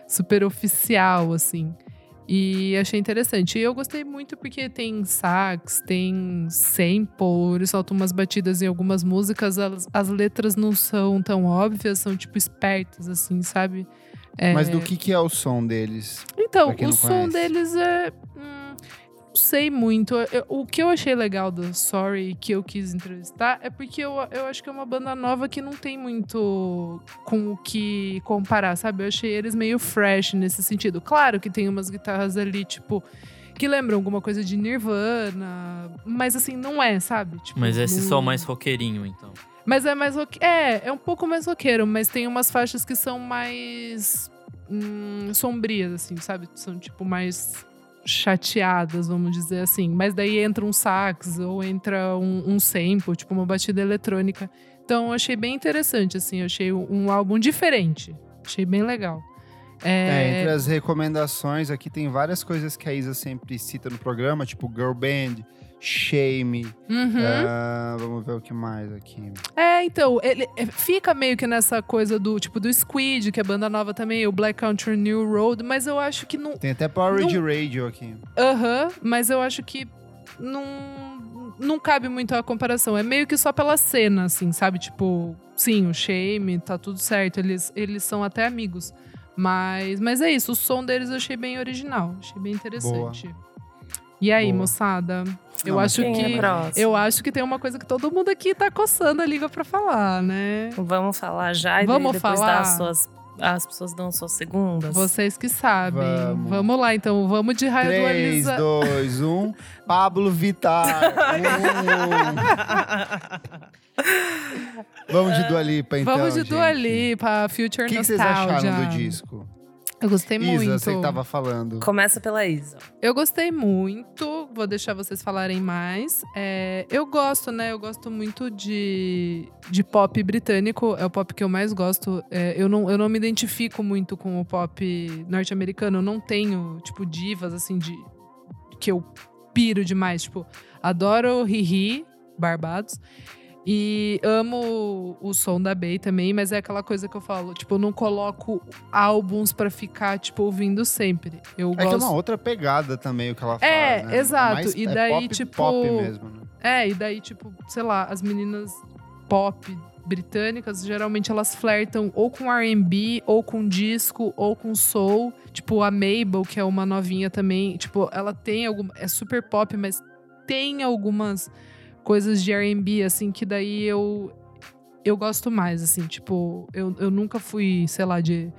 super oficial, assim. E achei interessante. E eu gostei muito porque tem sax, tem sample, eles soltam umas batidas em algumas músicas, as, as letras não são tão óbvias, são tipo espertas, assim, sabe? É, Mas do que, que é o som deles? Então, pra quem o não som conhece. deles é. hum, não sei muito. Eu- o que eu achei legal do Sorry que eu quis entrevistar é porque eu, eu acho que é uma banda nova que não tem muito com o que comparar, sabe? Eu achei eles meio fresh nesse sentido. Claro que tem umas guitarras ali, tipo. Que lembram alguma coisa de Nirvana, mas assim, não é, sabe? Tipo, Mas esse não- som mais roqueirinho, então. mas é mais roque... É, é um pouco mais roqueiro, mas tem umas faixas que são mais hum, sombrias, assim, sabe? São tipo mais chateadas, vamos dizer assim. Mas daí entra um sax ou entra um, um sample, tipo uma batida eletrônica. Então eu achei bem interessante, assim, eu achei um álbum diferente. Achei bem legal. É, É, entre as recomendações aqui tem várias coisas que a Isa sempre cita no programa, tipo Girl Band, Shame. uhum. ah, vamos ver o que mais aqui. É, então, ele é, fica meio que nessa coisa do tipo do Squid, que é banda nova também, o Black Country New Road, mas eu acho que não, Tem até Power Ridge Radio aqui. Aham, mas eu acho que não, não cabe muito a comparação. É meio que só pela cena, assim, sabe? Tipo, sim, o Shame, tá tudo certo. Eles, eles são até amigos. Mas, mas é isso, o som deles eu achei bem original. Achei bem interessante. E aí, Boa. moçada? Eu Não, mas acho tem que. Quem é próximo? eu acho que tem uma coisa que todo mundo aqui tá coçando a língua pra falar, né? Vamos falar já e daí Vamos depois falar? Dar as, suas, as pessoas dão as suas segundas. Vocês que sabem. Vamos. Vamos, lá, então. Vamos de raio do 3, Alisa. 2, 1. Pablo Vittar. Um, um. Vamos de Dua Lipa, então. Vamos de Dua gente. Lipa, Future O que, que vocês Nostalgia. acharam do disco? Eu gostei muito. Isa, você tá que tava falando. Começa pela Isa. Eu gostei muito, vou deixar vocês falarem mais. É, eu gosto, né? Eu gosto muito de, de pop britânico, é o pop que eu mais gosto. É, eu, não, eu não me identifico muito com o pop norte-americano, eu não tenho, tipo, divas, assim, de que eu piro demais. Tipo, adoro Riri, Barbados. E amo o som da Bey também, mas é aquela coisa que eu falo, tipo, eu não coloco álbuns pra ficar, tipo, ouvindo sempre. Eu É que é gosto. uma outra pegada também o que ela faz, É, né? exato. Mais- E é daí, pop, tipo, Pop mesmo, né? É, e daí, tipo, sei lá, as meninas pop britânicas, geralmente elas flertam ou com R&B, ou com disco, ou com soul. Tipo, a Mabel, que é uma novinha também, tipo, ela tem alguma... É super pop, mas tem algumas coisas de R&B, assim, que daí eu... Eu gosto mais, assim, tipo... Eu, eu nunca fui, sei lá, de,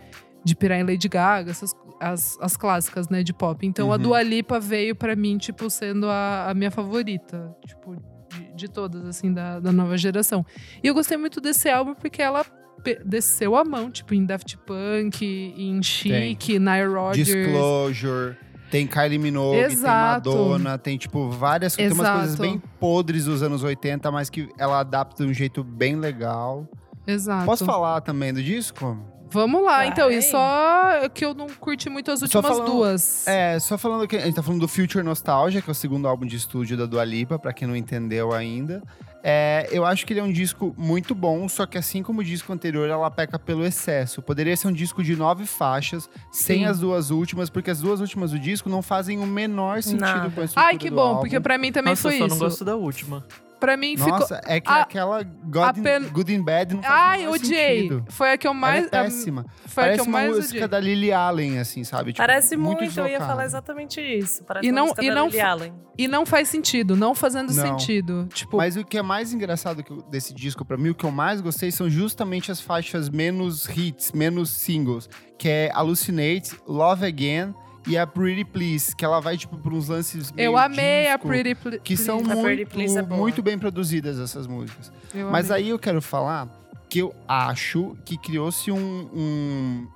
de pirar em Lady Gaga, essas... As, as clássicas, né, de pop. Então a Uhum. Dua Lipa veio pra mim, tipo, sendo a, a minha favorita. Tipo, de, de todas, assim, da, da nova geração. E eu gostei muito desse álbum porque ela pe- desceu a mão, tipo, em Daft Punk, em Chic, Nile Rodgers. Disclosure, tem Kylie Minogue, Exato. tem Madonna, tem tipo várias tem umas Exato. coisas bem podres dos anos 80, mas que ela adapta de um jeito bem legal. Exato. Posso falar também do disco? Vamos lá, Vai. então. E só que eu não curti muito as Só últimas falando- duas. É, só falando que a gente tá falando do Future Nostalgia, que é o segundo álbum de estúdio da Dua Lipa, pra quem não entendeu ainda. É, eu acho que ele é um disco muito bom, só que assim como o disco anterior, ela peca pelo excesso. Poderia ser um disco de nove faixas, sem Sim. as duas últimas, porque as duas últimas do disco não fazem o menor sentido Nada. com a estrutura Ai, que do bom, álbum. porque pra mim também Nossa, eu foi só isso. não gosto da última. Pra mim ficou. Nossa, é que a- aquela God in, pen- Good in Bad não faz o Ai, menor odiei. sentido. Foi a que eu Ela mais. é péssima. a- foi a que Parece eu uma mais música odiei. da Lily Allen, assim, sabe? Tipo, Parece muito, eu ia deslocada. falar exatamente isso. Parece E uma não- música e da não Lily fa- Allen. E não faz sentido, não fazendo Não. sentido. Tipo, Mas o que é mais engraçado que eu- desse disco pra mim, o que eu mais gostei são justamente as faixas menos hits, menos singles, que é Hallucinate, Love Again e a Pretty Please, que ela vai tipo pra uns lances meio eu amei a disco, Pretty Pl- que são Please. A Pretty muito, Please é boa. muito bem produzidas essas músicas. Eu Mas amei. aí eu quero falar que eu acho que criou-se um, um-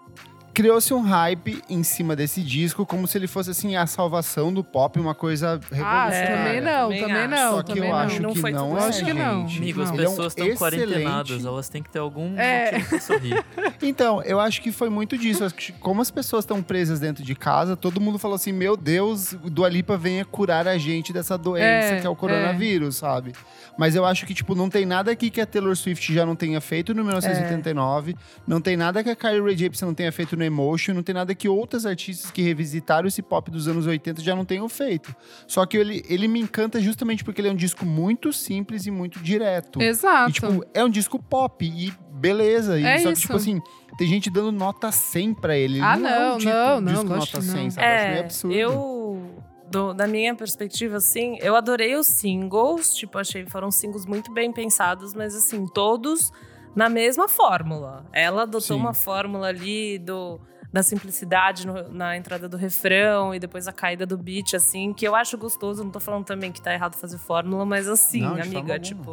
criou-se um hype em cima desse disco, como se ele fosse assim a salvação do pop, uma coisa Ah, revolucionária. também não, É, também também acho. não. Só que também eu não. acho Não que foi tudo não é, certo. Acho que não. gente. Amigo, as Ele é um pessoas estão excelente- quarentenadas, elas têm que ter algum É. motivo pra sorrir. Então, eu acho que foi muito disso. Acho que Como as pessoas estão presas dentro de casa, todo mundo falou assim: meu Deus, o Dua Lipa venha curar a gente dessa doença É, que é o coronavírus, sabe? Mas eu acho que, tipo, não tem nada aqui que a Taylor Swift já não tenha feito no 1989, não tem nada que a Kylie Rae Jepsen não tenha feito no Emotion, não tem nada que outras artistas que revisitaram esse pop dos anos 80 já não tenham feito. Só que ele, ele me encanta justamente porque ele é um disco muito simples e muito direto. Exato. E, tipo, é um disco pop e beleza. E É só que, isso. tipo assim, tem gente dando nota 100 pra ele. Ele Ah, é não, um disco, não, não, disco lógico nota que 100, não. sabe? Eu acho meio absurdo. É, Eu, do- da minha perspectiva, assim, eu adorei os singles. Tipo, achei que foram singles muito bem pensados, mas assim, todos na mesma fórmula. Ela adotou Sim. uma fórmula ali do da simplicidade no- na entrada do refrão e depois a caída do beat, assim, que eu acho gostoso. Não tô falando também que tá errado fazer fórmula, mas assim, Não, de forma amiga, alguma. tipo.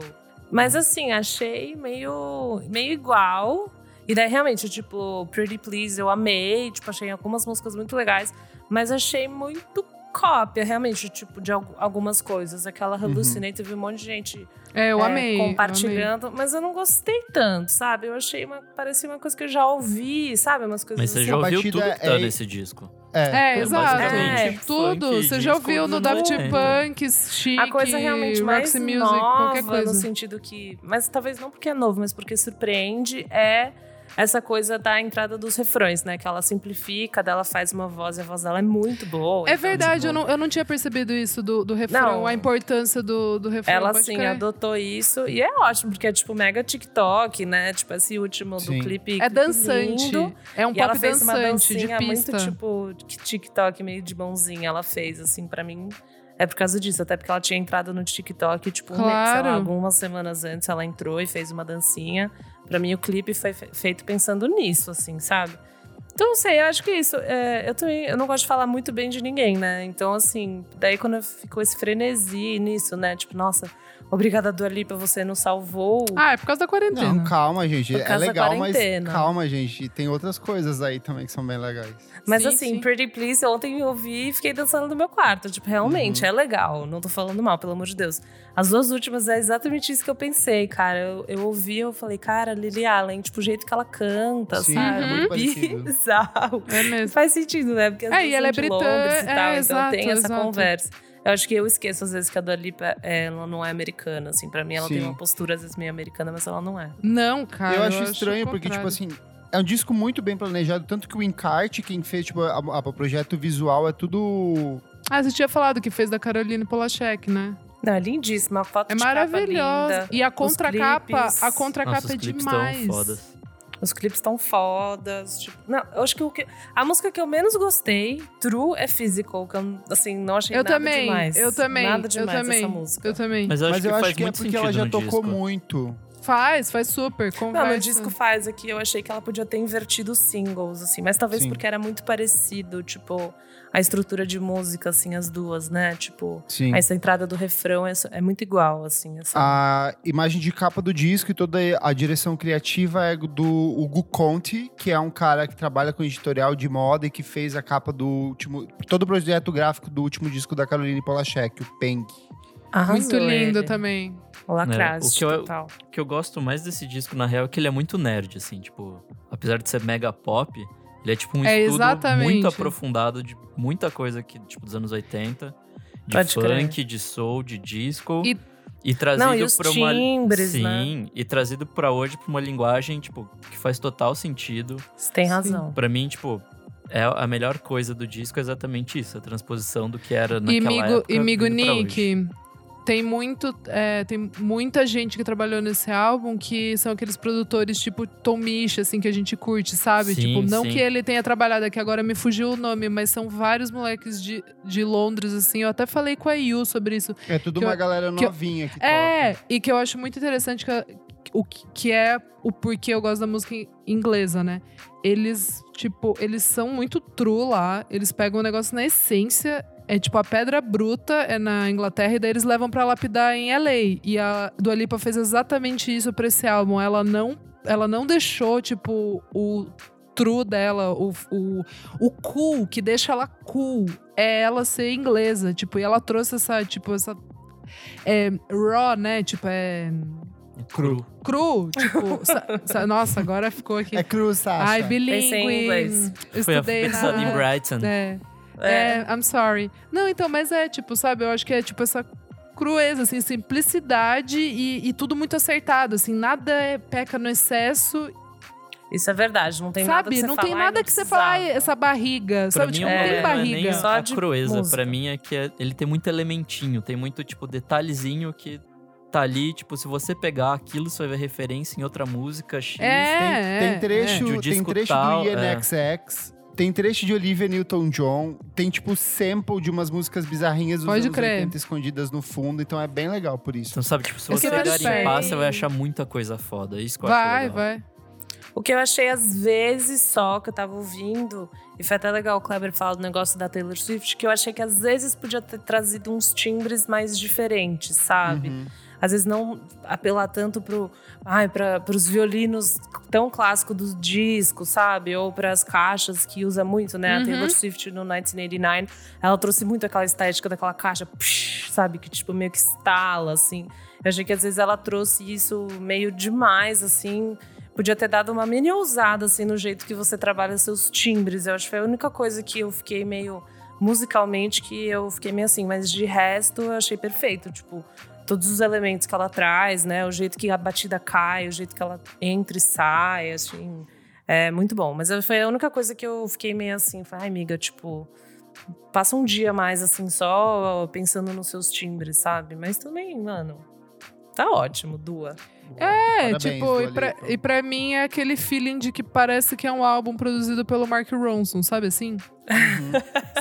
Mas assim, achei meio, meio igual. E daí, realmente, tipo, Pretty Please eu amei, tipo, achei algumas músicas muito legais, mas achei muito cópia, realmente, tipo, de algu- algumas coisas. Aquela Uhum. Hallucinate, teve um monte de gente é, eu é, amei. eu amei. compartilhando, mas eu não gostei tanto, sabe? Eu achei, uma, parecia uma coisa que eu já ouvi, sabe? Umas coisas Mas você assim. já ouviu batida tudo que tá é- nesse disco. É. É, exato. basicamente, tudo. funk, Você já disco ouviu no dos Daft anos 80. Punk, Chique, A coisa realmente mais Roxy Music, nova, qualquer coisa. no sentido que... Mas talvez não porque é novo, mas porque surpreende, é essa coisa da entrada dos refrões, né? Que ela simplifica, dela faz uma voz, e a voz dela é muito boa. É então, tipo, verdade, eu não, eu não tinha percebido isso do, do refrão, Não. a importância do, do refrão. Ela pode sim crer. adotou isso e é ótimo, porque é tipo mega TikTok, né? Tipo esse último Sim. do clipe. É clipe dançante. lindo. É um e pop ela fez uma dançante de dancinha pista. muito tipo que TikTok meio de bonzinha ela fez assim pra mim. É por causa disso, até porque ela tinha entrado no TikTok, tipo, um mês, sei Claro. lá, algumas semanas antes ela entrou e fez uma dancinha. Pra mim, o clipe foi fe- feito pensando nisso, assim, sabe? Então, não sei, eu acho que é isso. É, eu também eu não gosto de falar muito bem de ninguém, né? Então, assim, daí quando ficou esse frenesi nisso, né? Tipo, nossa, obrigada, Dua Lipa, você nos salvou. Ah, é por causa da quarentena. Não, calma, gente. Por É causa da legal, mas quarentena. calma, gente. Tem outras coisas aí também que são bem legais. Mas sim, assim, sim. Pretty Please, ontem eu ouvi e fiquei dançando no meu quarto. Tipo, realmente, Uhum. é legal. Não tô falando mal, pelo amor de Deus. As duas últimas é exatamente isso que eu pensei, cara. Eu, eu ouvi, eu falei, cara, Lily Allen, tipo, o jeito que ela canta, Sim, sabe? é muito parecido. Bizarro. É mesmo. Faz sentido, né? Porque as É, duas e ela são é de britâ- Londres e é, tal, então tem exato, essa exato. conversa. Eu acho que eu esqueço às vezes que a Dua Lipa, é, ela não é americana, assim. Pra mim, ela tem Sim. uma postura às vezes meio americana, mas ela não é. Não, cara. eu acho estranho, Ah, o porque, tipo contrário. assim, é um disco muito bem planejado, tanto que o encarte, quem fez, tipo, a- a- o projeto visual é tudo. Ah, você tinha falado que fez da Caroline Polachek, né? Não, é lindíssima. A foto É de capa maravilhosa. linda. E a contracapa, clipes. a contracapa Nossa, os é clipes demais. tão fodas. Os clipes estão fodas. Tipo, não, eu acho que, o que a música que eu menos gostei, True, é Physical, que eu assim, não achei Eu nada também, demais. eu também, Nada eu demais também, essa música. eu também. Mas eu acho mas que eu faz acho que é muito porque sentido ela já no tocou disco. muito. Faz, faz super, Não, conversa. no disco faz aqui, eu achei que ela podia ter invertido os singles, assim, mas talvez Sim. porque era muito parecido, tipo, a estrutura de música, assim, as duas, né? Tipo, Sim. essa entrada do refrão é, só- é muito igual, assim. essa- Ah, A imagem de capa do disco e toda a direção criativa é do Hugo Conte, que é um cara que trabalha com editorial de moda e que fez a capa do último. todo o projeto gráfico do último disco da Caroline Polachek, o Peng. Arrasou Muito lindo ele. também. O Lacraz, É, o que eu- total. O que eu gosto mais desse disco, na real, é que ele é muito nerd, assim, tipo, apesar de ser mega pop, ele é tipo um É, estudo exatamente. muito aprofundado de muita coisa que, tipo, dos anos 80. De Pode crer. funk, de soul, de disco. E- trazido Não, e os pra uma. timbres, Sim, né? e trazido pra hoje pra uma linguagem, tipo, que faz total sentido. Você tem Sim. razão. Pra mim, tipo, é a melhor coisa do disco é exatamente isso, a transposição do que era naquela Imigo, época. Imigo vindo pra hoje. Nick. Tem, muito, é, tem muita gente que trabalhou nesse álbum que são aqueles produtores tipo Tom Misch, assim, que a gente curte, sabe? Sim, tipo, não sim. que ele tenha trabalhado aqui, agora me fugiu o nome, mas são vários moleques de, de Londres, assim. Eu até falei com a Yu sobre isso. É tudo Que uma eu- galera que eu- novinha que, É, toca. e que eu acho muito interessante que, a- o que que é o porquê eu gosto da música in- inglesa, né? Eles, tipo, eles são muito true lá, eles pegam o negócio na essência. É tipo, a pedra bruta é na Inglaterra e daí eles levam pra lapidar em LA. E a Dua Lipa fez exatamente isso pra esse álbum. Ela não, ela não deixou, tipo, o true dela, o, o, o cool que deixa ela cool é ela ser inglesa, tipo, e ela trouxe essa, tipo, essa é, raw, né, tipo, é Cru. cru, tipo, sa- sa- nossa, agora ficou aqui. É cruz, Sasha. Pensei Ai, em bilíngue, inglês. Foi a- estudei pensando em na... Brighton. É. É. I'm sorry. Não, então, mas é tipo, sabe? Eu acho que é tipo essa crueza, assim, simplicidade e, e tudo muito acertado, assim, nada é peca no excesso, Isso é verdade, não tem nada que sabe? você é Não fala, tem "Ai, nada não que você fala, "Ai, precisava". essa barriga, Pra sabe? mim, Tipo, o não tem problema problema não é nem barriga. Só a de crueza. música. Pra mim é que é- ele tem muito elementinho. Tem muito, tipo, detalhezinho que tá ali. Tipo, se você pegar aquilo, você vai ver referência em outra música X. Tem, É, tem é, trecho, é. De um tem disco trecho tal, é. do INXX, tem trecho de Olivia Newton-John, tem tipo sample de umas músicas bizarrinhas dos Pode anos crer. 80 escondidas no fundo, então é bem legal por isso. Então, sabe, tipo, se Esse você eu achei. garimpar, você vai achar muita coisa foda. É Isso que eu acho Vai, legal. vai. O que eu achei às vezes só, que eu tava ouvindo, e foi até legal o Kleber falar do negócio da Taylor Swift, que eu achei que às vezes podia ter trazido uns timbres mais diferentes, sabe? Uhum. Às vezes não apelar tanto pro, ai, pra, pros violinos tão clássicos dos discos, sabe? Ou pras caixas que usa muito, né? Uhum. A Taylor Swift no 1989, ela trouxe muito aquela estética daquela caixa, psh, sabe? Que tipo meio que estala, assim. Eu achei que às vezes ela trouxe isso meio demais, assim. Podia ter dado uma mini ousada, assim, no jeito que você trabalha seus timbres. Eu acho que foi a única coisa que eu fiquei meio. musicalmente, que eu fiquei meio assim. Mas de resto, eu achei perfeito. Tipo, todos os elementos que ela traz, né? O jeito que a batida cai, o jeito que ela entra e sai, assim. É muito bom. Mas foi a única coisa que eu fiquei meio assim. Falei, ai, amiga, tipo. Passa um dia mais, assim, só pensando nos seus timbres, sabe? Mas também, mano. Tá ótimo, Dua. É, Parabéns, tipo, Dua e pra, Lipa. e pra mim é aquele feeling de que parece que é um álbum produzido pelo Mark Ronson, sabe assim? Uhum.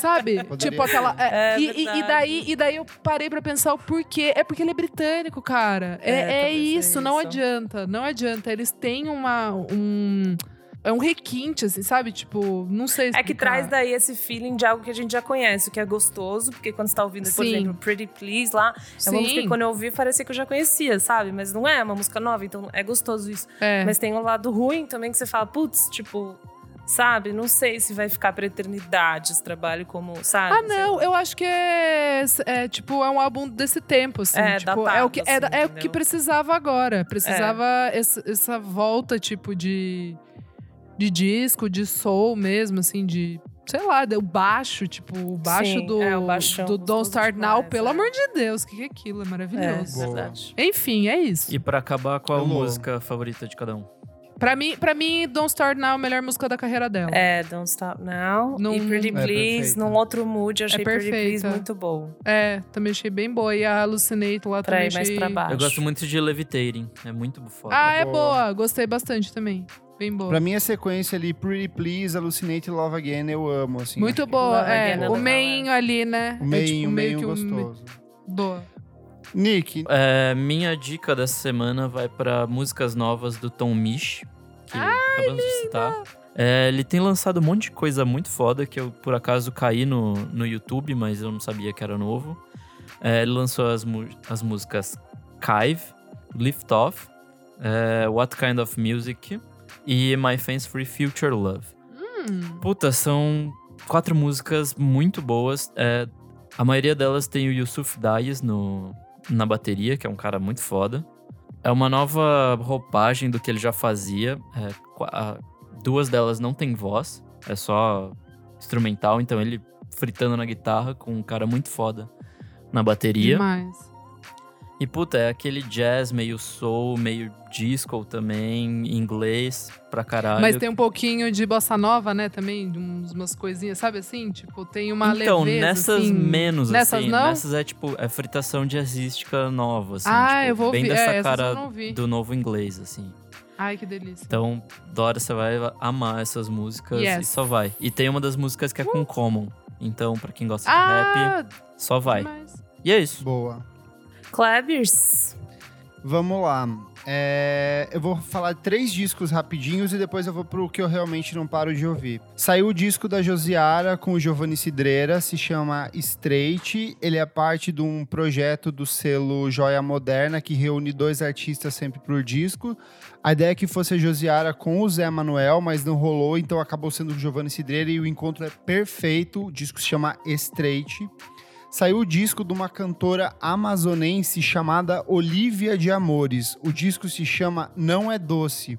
Sabe? Poderia tipo aquela. é, É e, e- e verdade. daí, e daí eu parei pra pensar o porquê. É porque ele é britânico, cara. É, É, é talvez é isso, não isso. adianta. Não adianta. Eles têm uma. Um, é um requinte, assim, sabe? Tipo, não sei É que explicar. traz daí esse feeling de algo que a gente já conhece, o que é gostoso, porque quando você tá ouvindo, por Sim. exemplo, Pretty Please lá, é uma música Sim, que quando eu ouvi parecia que eu já conhecia, sabe? Mas não é uma música nova, então é gostoso isso. é. Mas tem um lado ruim também que você fala, putz, tipo, sabe? Não sei se vai ficar pra eternidade esse trabalho como, sabe? assim." Ah, não, eu acho que é, é, tipo, é um álbum desse tempo, assim. É, tipo, datado, é o que, é, assim, é o entendeu? É. que precisava agora. Precisava essa, essa volta, tipo, de, de disco, de soul mesmo, assim, de. Sei lá, o baixo, tipo, o baixo Sim, do, é, o baixão, do Don't gostoso Start Now, demais, pelo é. amor de Deus, o que, que é aquilo? É É, maravilhoso. Boa. verdade. Enfim, é isso. E pra acabar, qual a Alô. música favorita de cada um? Pra mim, pra mim, Don't Start Now é a melhor música da carreira dela. É, Don't Stop Now. Num- É E Pretty É Please, perfeita. num outro mood, eu achei Pretty Please perfeita. muito bom. É, também achei bem boa. E a Hallucinate lá Pra também ir mais achei... pra baixo. Eu gosto muito de Levitating. É muito foda. Ah, é Boa. boa. Gostei bastante também. Bem boa. Pra mim, a sequência ali, Pretty Please, Hallucinate e Love Again, eu amo, assim. Muito boa, Love é. Again é O legal, meinho ali, né? O é, meio, o meio que gostoso. Boa. Nick, É, minha dica dessa semana vai pra músicas novas do Tom Misch, que acabamos de citar. É, ele tem lançado um monte de coisa muito foda que eu, por acaso, caí no, no YouTube, mas eu não sabia que era novo. É, ele lançou as, mu- as músicas Kive, Lift Off, é, What Kind of Music e My Fans Free Future Love. Hum, Puta, são quatro músicas muito boas. É, a maioria delas tem o Yusuf Dayes no, na bateria, que é um cara muito foda. É uma nova roupagem do que ele já fazia. É, qua- a- duas delas não tem voz, é só instrumental, então ele fritando na guitarra com um cara muito foda na bateria. demais. E puta, é aquele jazz meio soul, meio disco também, em inglês pra caralho. Mas tem um pouquinho de bossa nova, né? Também, de uns- umas coisinhas, sabe assim? Tipo, tem uma então, leveza, nessas assim. menos, Nessas assim. não? Nessas é tipo, é fritação jazzística nova, assim. ah, tipo, eu vou Bem ouvir. dessa é, essas eu cara não vi. do novo inglês, assim. Ai, que delícia. Então, Dora, você vai amar essas músicas e Yes. Uh. só vai. E tem uma das músicas que é com Common. Então, pra quem gosta de ah, rap, só vai. demais. E é isso. boa. Klebers. Vamos lá. É, eu vou falar três discos rapidinhos e depois eu vou pro que eu realmente não paro de ouvir. Saiu o disco da Josiara com o Giovanni Cidreira, se chama Straight. Ele é parte de um projeto do selo Joia Moderna, que reúne dois artistas sempre por disco. A ideia é que fosse a Josiara com o Zé Manuel, mas não rolou, então acabou sendo o Giovanni Cidreira e o encontro é perfeito. O disco se chama Straight saiu o disco de uma cantora amazonense chamada Olivia de Amores. O disco se chama Não é Doce.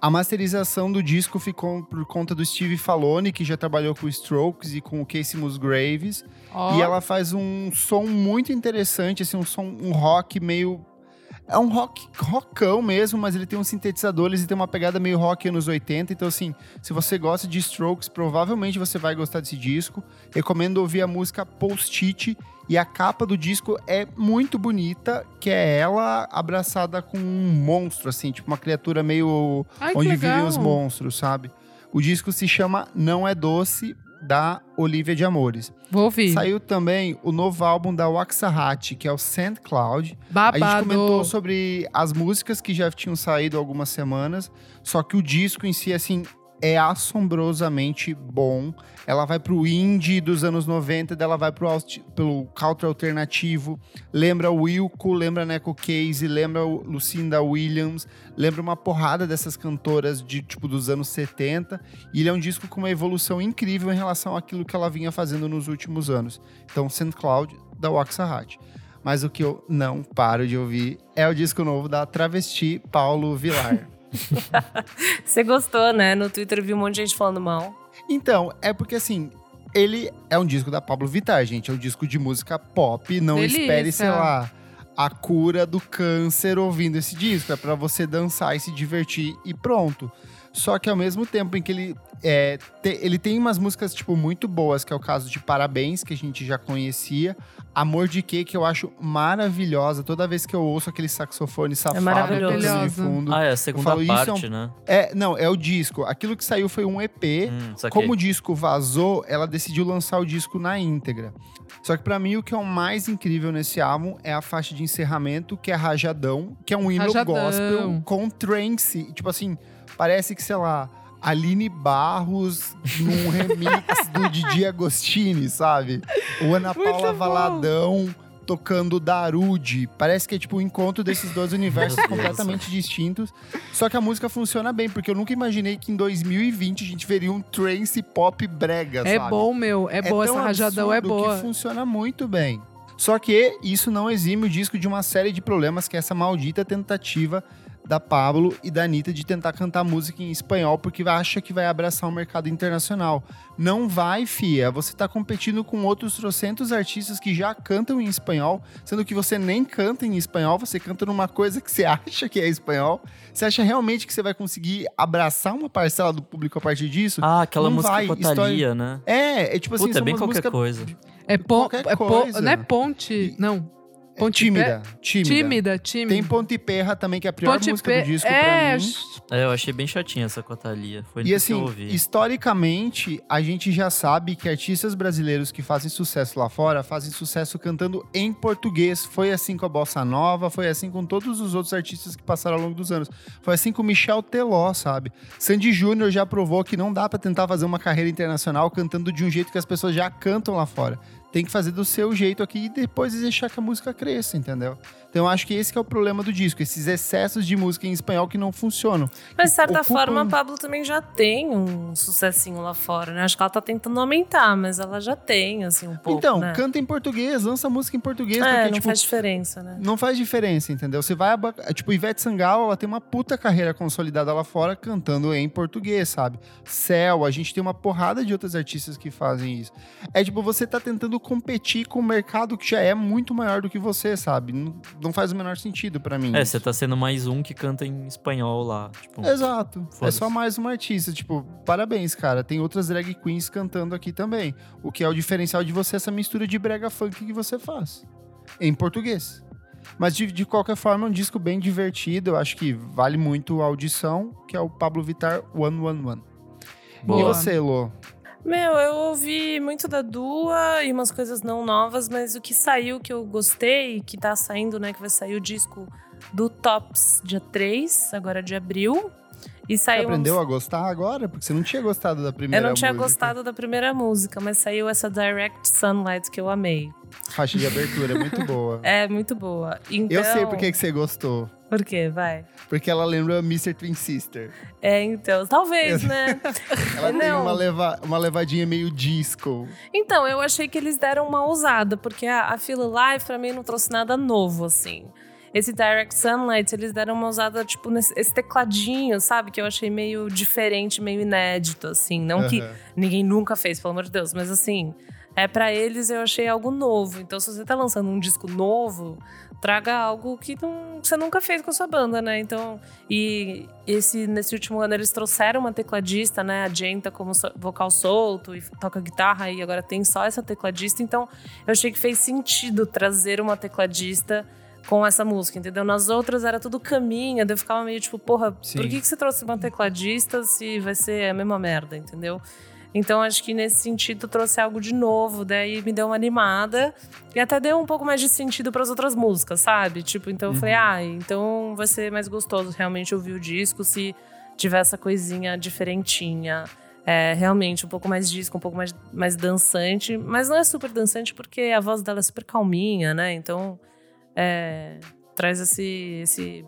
A masterização do disco ficou por conta do Steve Falone, que já trabalhou com o Strokes e com o Casey Musgraves. Ó, E ela faz um som muito interessante, assim, um som, um rock meio. É um rock rockão mesmo, mas ele tem uns sintetizadores e tem uma pegada meio rock anos 80. Então, assim, se você gosta de Strokes, provavelmente você vai gostar desse disco. Recomendo ouvir a música Post-it. E a capa do disco é muito bonita, que é ela abraçada com um monstro, assim, tipo uma criatura meio ai, que onde legal. vivem os monstros, sabe? O disco se chama Não é Doce, da Olivia de Amores. Vou ouvir. Saiu também o novo álbum da Waxahachie, que é o Sand Cloud. Babado. A gente comentou sobre as músicas que já tinham saído há algumas semanas, só que o disco em si, assim, é assombrosamente bom. Ela vai pro indie dos anos 90, dela vai pro alt- pelo country alternativo, lembra o Wilco, lembra a Neco Case, lembra o Lucinda Williams, lembra uma porrada dessas cantoras de tipo dos anos 70, e ele é um disco com uma evolução incrível em relação àquilo que ela vinha fazendo nos últimos anos. Então, St. Cloud da Waxahachie. Mas o que eu não paro de ouvir é o disco novo da Travesti Paulo Vilar. Você gostou, né? No Twitter eu vi um monte de gente falando mal. então, é porque assim, ele é um disco da Pablo Vittar, gente. É um disco de música pop. Não Delícia. espere, sei lá, a cura do câncer ouvindo esse disco. É pra você dançar e se divertir e pronto. Só que ao mesmo tempo em que ele é, te- ele tem umas músicas tipo muito boas, que é o caso de Parabéns, que a gente já conhecia, Amor de Quê, que eu acho maravilhosa. Toda vez que eu ouço aquele saxofone safado maravilhoso. tocando de fundo. Ah, é a segunda falo isso, é um- parte, né? É, não, é o disco. Aquilo que saiu foi um EP, Hum, saquei. como o disco vazou, ela decidiu lançar o disco na íntegra. Só que pra mim o que é o mais incrível nesse álbum é a faixa de encerramento, que é Rajadão, que é um hino Rajadão. gospel com trance. Tipo assim, parece que, sei lá, Aline Barros num remix do Didi Agostini, sabe? O Ana Muito Paula bom. Valadão tocando Darude. Parece que é tipo o encontro desses dois universos Meu Deus. completamente distintos. Só que a música funciona bem, porque eu nunca imaginei que em 2020 a gente veria um trance pop brega, É sabe? bom, meu. É, boa, tão essa rajadão é absurdo boa. Que funciona muito bem. Só que isso não exime o disco de uma série de problemas, que é essa maldita tentativa da Pablo e da Anitta de tentar cantar música em espanhol, porque acha que vai abraçar o mercado internacional. Não vai, fia. Você tá competindo com outros trocentos artistas que já cantam em espanhol, sendo que você nem canta em espanhol, você canta numa coisa que você acha que é espanhol. Você acha realmente que você vai conseguir abraçar uma parcela do público a partir disso? Ah, aquela Não música vai, Cotalia, história- né? É, é tipo assim, Puta, é são bem umas qualquer músicas coisa. É pon... qualquer é pon- coisa. é Não é ponte. Não. Ponte tímida, pe- tímida. Tímida, tímida. Tem Ponte Perra também, que é a pior Ponte música pe- do disco pra é, mim. É, eu achei bem chatinha essa Cotalia. Foi E isso que assim, eu ouvi. historicamente, a gente já sabe que artistas brasileiros que fazem sucesso lá fora fazem sucesso cantando em português. Foi assim com a Bossa Nova, foi assim com todos os outros artistas que passaram ao longo dos anos. Foi assim com Michel Teló, sabe? Sandy Júnior já provou que não dá pra tentar fazer uma carreira internacional cantando de um jeito que as pessoas já cantam lá fora. Tem que fazer do seu jeito aqui e depois deixar que a música cresça, entendeu? Então eu acho que esse que é o problema do disco, esses excessos de música em espanhol que não funcionam. Mas, de certa Ocupa- um- forma, a Pablo também já tem um sucessinho lá fora, né? Acho que ela tá tentando aumentar, mas ela já tem, assim, um pouco, Então, né? canta em português, lança música em português, É, porque, não tipo, faz diferença, né? não faz diferença, entendeu? Você vai. aba- Tipo, Ivete Sangalo, ela tem uma puta carreira consolidada lá fora cantando em português, sabe? Céu, a gente tem uma porrada de outras artistas que fazem isso. É tipo, você tá tentando competir com um mercado que já é muito maior do que você, sabe? Não, não faz o menor sentido pra mim. É, isso. você tá sendo mais um que canta em espanhol lá. Tipo, Exato. É Foda-se. só mais uma artista. Tipo, parabéns, cara. Tem outras drag queens cantando aqui também. O que é o diferencial de você, essa mistura de brega funk que você faz. Em português. Mas de, de qualquer forma, é um disco bem divertido. Eu acho que vale muito a audição, que é o Pablo Vittar 111. E Boa. você, Lô? Meu, eu ouvi muito da Dua e umas coisas não novas, mas o que saiu que eu gostei, que tá saindo, né? Que vai sair o disco do Tops, dia 3, agora de abril. E Você saiu uma aprendeu a gostar agora? Porque você não tinha gostado da Eu primeira não tinha música. gostado da primeira música, mas saiu essa Direct Sunlight que eu amei. Faixa de abertura, muito boa. É muito boa. Então, Eu sei porque que você gostou. Por quê? Vai. Porque ela lembra Mr. Twin Sister. É, então, talvez, né? Ela tem Não. uma, leva, uma levadinha meio disco. Então, eu achei que eles deram uma ousada, porque a, a Feel Live pra mim não trouxe nada novo, assim. Esse Direct Sunlight, eles deram uma ousada, tipo, nesse esse tecladinho, sabe? Que eu achei meio diferente, meio inédito, assim. Não que Aham. ninguém nunca fez, pelo amor de Deus, mas assim. É, pra eles eu achei algo novo. Então, se você tá lançando um disco novo, traga algo que, não- que você nunca fez com a sua banda, né? Então, e esse, nesse último ano eles trouxeram uma tecladista, né? A Jane tá como so- vocal solto e toca guitarra e agora tem só essa tecladista. Então, eu achei que fez sentido trazer uma tecladista com essa música, entendeu? Nas outras era tudo caminha, daí eu ficava meio tipo, porra, Sim. por que, que você trouxe uma tecladista se vai ser a mesma merda, entendeu? Então, acho que nesse sentido trouxe algo de novo, daí me deu uma animada e até deu um pouco mais de sentido para as outras músicas, sabe? Tipo, então eu Uhum. falei, ah, então vai ser mais gostoso realmente ouvir o disco se tiver essa coisinha diferentinha. É, realmente, um pouco mais disco, um pouco mais, mais dançante, mas não é super dançante porque a voz dela é super calminha, né? Então, é, traz esse, esse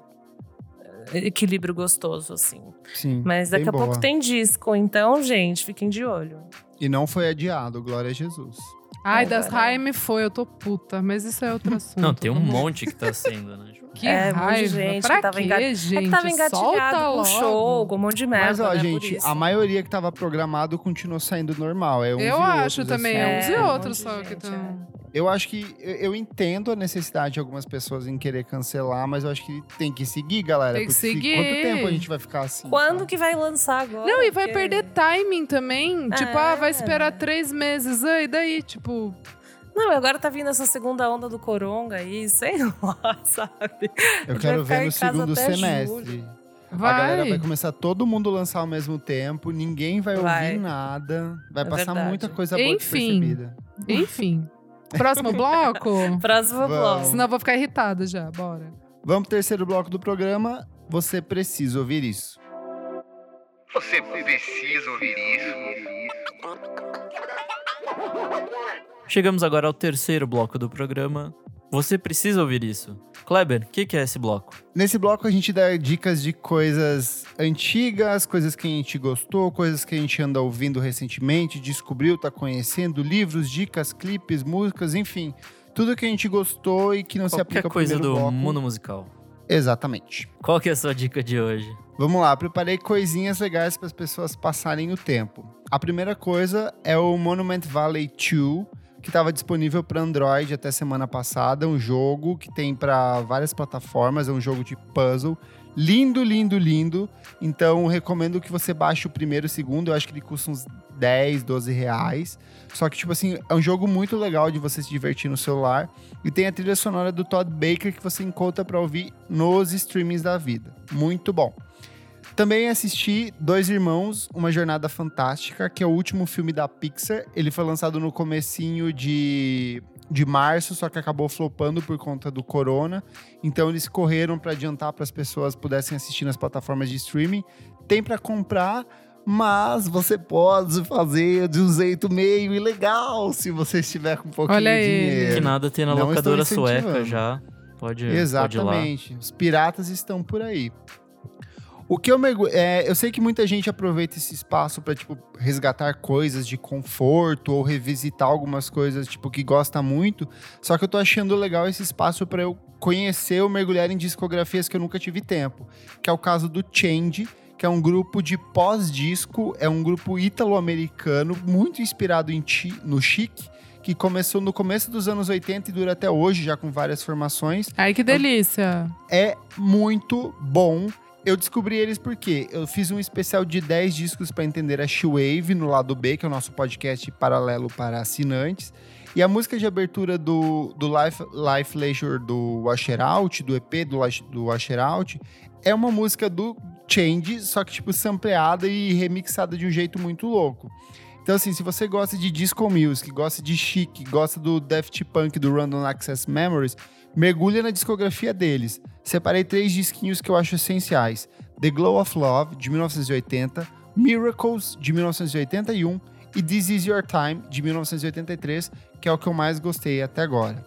é, equilíbrio gostoso, assim. Sim. Mas daqui bem a pouco boa. tem disco, então, gente, fiquem de olho. E não foi adiado, glória a Jesus. Ai, das Agora- Raime foi, eu tô puta, mas isso é outro assunto. Não, tem um vamos- monte que tá sendo, né? Tipo, Que É, um monte de raiva. gente pra que tava quê, engat- gente? é que tava Solta engatilhado com logo. o show, com um monte de merda, Mas, ó, né, por gente, isso. a maioria que tava programado continuou saindo normal. É uns Eu e acho outros, também, assim. é uns e um monte outros de só que gente, estão. Eu acho que eu- eu entendo a necessidade de algumas pessoas em querer cancelar, mas eu acho que tem que seguir, galera. Tem que porque se- seguir. Quanto tempo a gente vai ficar assim? Quando sabe? que vai lançar agora? Não, e vai Porque- perder timing também. Tipo, ah, vai esperar É. três meses. Ah, e daí, tipo, Não, agora tá vindo essa segunda onda do coronga aí, sei lá, sabe? Eu Vai quero ficar ver em no casa segundo até semestre. A galera vai. vai começar todo mundo lançar ao mesmo tempo, ninguém vai, Vai. ouvir nada, vai É passar verdade. muita coisa boa Enfim. despercebida. Enfim. Próximo bloco? Próximo Vamos. bloco. Senão eu vou ficar irritada já, bora. Vamos pro terceiro bloco do programa. Você precisa ouvir isso. Você precisa ouvir isso. Chegamos agora ao terceiro bloco do programa. Você precisa ouvir isso. Kleber, o que, que é esse bloco? Nesse bloco a gente dá dicas de coisas antigas, coisas que a gente gostou, coisas que a gente anda ouvindo recentemente, descobriu, tá conhecendo, livros, dicas, clipes, músicas, enfim, tudo que a gente gostou e que não se Qualquer aplica ao coisa primeiro do bloco. mundo musical. Exatamente. Qual que é a sua dica de hoje? Vamos lá, preparei coisinhas legais para as pessoas passarem o tempo. A primeira coisa é o Monument Valley 2, que estava disponível para Android até semana passada, um jogo que tem para várias plataformas, é um jogo de puzzle. Lindo, lindo, lindo. Então, recomendo que você baixe o primeiro e o segundo. Eu acho que ele custa uns 10, 12 reais. Só que, tipo assim, é um jogo muito legal de você se divertir no celular. E tem a trilha sonora do Todd Baker que você encontra para ouvir nos streamings da vida. Muito bom. Também assisti Dois Irmãos, Uma Jornada Fantástica, que é o último filme da Pixar. Ele foi lançado no comecinho de, de março, só que acabou flopando por conta do corona. Então eles correram para adiantar para as pessoas pudessem assistir nas plataformas de streaming. Tem para comprar, mas você pode fazer de um jeito meio ilegal se você estiver com um pouquinho Olha de ele. dinheiro. Que nada tem na Não locadora estou sueca incentivando. já. Pode, pode ir lá. Exatamente. Os piratas estão por aí. O que eu mergulho. é, eu sei que muita gente aproveita esse espaço para tipo, resgatar coisas de conforto ou revisitar algumas coisas, tipo, que gosta muito. Só que eu tô achando legal esse espaço para eu conhecer ou mergulhar em discografias que eu nunca tive tempo. Que é o caso do Change, que é um grupo de pós-disco, é um grupo ítalo-americano, muito inspirado em chi- no chic, que começou no começo dos anos 80 e dura até hoje, já com várias formações Ai, que delícia. é muito bom. Eu descobri eles porque eu fiz um especial de 10 discos para entender a She-Wave no lado B, que é o nosso podcast paralelo para assinantes. E a música de abertura do, do Life, Life Leisure do Washer Out, do EP do, Wash- do Washer Out, é uma música do Change, só que tipo sampleada e remixada de um jeito muito louco. Então assim, se você gosta de disco music, gosta de chic, gosta do Daft Punk, do Random Access Memories, mergulha na discografia deles. Separei três disquinhos que eu acho essenciais: The Glow of Love, de 1980, Miracles, de 1981 e This Is Your Time, de 1983, que é o que eu mais gostei até agora.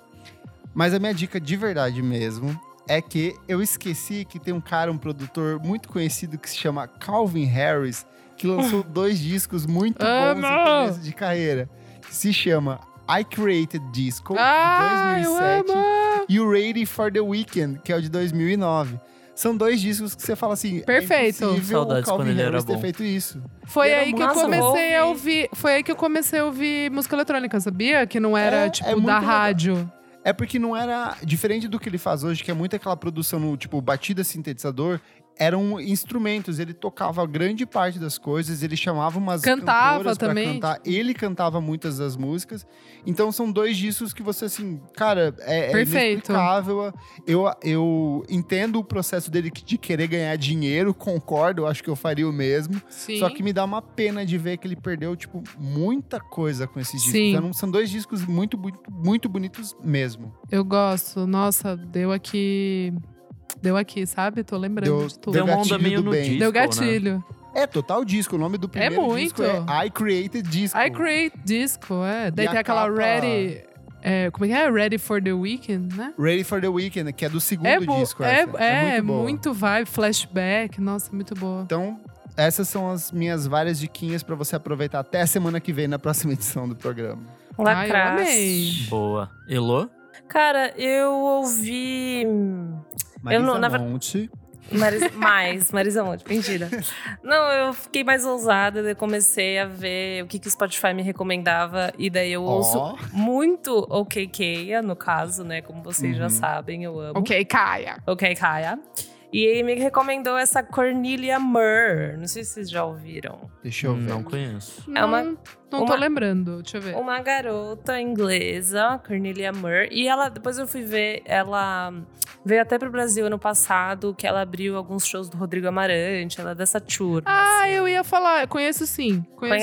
Mas a minha dica de verdade mesmo é que eu esqueci que tem um cara, um produtor muito conhecido que se chama Calvin Harris, que lançou dois discos muito bons no Amo! começo de carreira. Que se chama I Created Disco, Ah, de eu 2007, amo! e o Ready for the Weekend, que é o de 2009. São dois discos que você fala assim, Perfeito. é impossível o Saudades quando Calvin ele era Harris ter bom. feito isso. Foi Era aí que eu massa, comecei a vou ouvir. Foi aí que eu comecei a ouvir música eletrônica, sabia? Que não era, É, tipo, é muito da legal. rádio. É porque não era. Diferente do que ele faz hoje, que é muito aquela produção no tipo batida sintetizador, eram instrumentos. Ele tocava grande parte das coisas, ele chamava umas Cantava cantoras pra também, cantar. Ele cantava muitas das músicas. Então são dois discos que você, assim, cara, é, é Perfeito. inexplicável. Eu, eu entendo o processo dele de querer ganhar dinheiro, concordo, eu acho que eu faria o mesmo. Sim. Só que me dá uma pena de ver que ele perdeu, tipo, muita coisa com esses discos. Sim. Eram- São dois discos muito, muito, muito bonitos mesmo. Eu gosto. Nossa, deu aqui. Deu aqui, sabe? Tô lembrando Deu- um de tudo. Deu uma um onda gatilho meio do no bem. disco, Deu né? gatilho. É, total disco. O nome do primeiro disco muito. é I Created Disco. I create disco, é. Daí E a tem aquela capa- ready. é, como é que é? Ready for the weekend, né? Ready for the Weekend, que é do segundo É, bo- disco. é, essa. é, muito boa. muito vibe, flashback. Nossa, muito boa. Então, essas são as minhas várias diquinhas pra você aproveitar até a semana que vem, na próxima edição do programa. Ai, eu Lacraste. amei. Boa. Elô? Cara, eu ouvi. Marisa não- na ver- Monte. Maris- mais, Marisa Monte, mentira. Não, eu fiquei mais ousada, daí eu comecei a ver o que, que o Spotify me recomendava, e daí eu ouço Ó, muito OKKia, no caso, né? Como vocês Uhum. já sabem, eu amo. Ok, Caia. Ok, Kaya. E ele me recomendou essa Cornelia Murr. Não sei se vocês já ouviram. deixa eu ver. Não conheço. É uma- não, não tô uma- lembrando. Deixa eu ver. Uma garota inglesa, Cornelia Murr. E ela, depois eu fui ver, ela veio até pro Brasil ano passado, que ela abriu alguns shows do Rodrigo Amarante, ela é dessa turma. Ah, assim. eu ia falar. Conheço sim. Conheço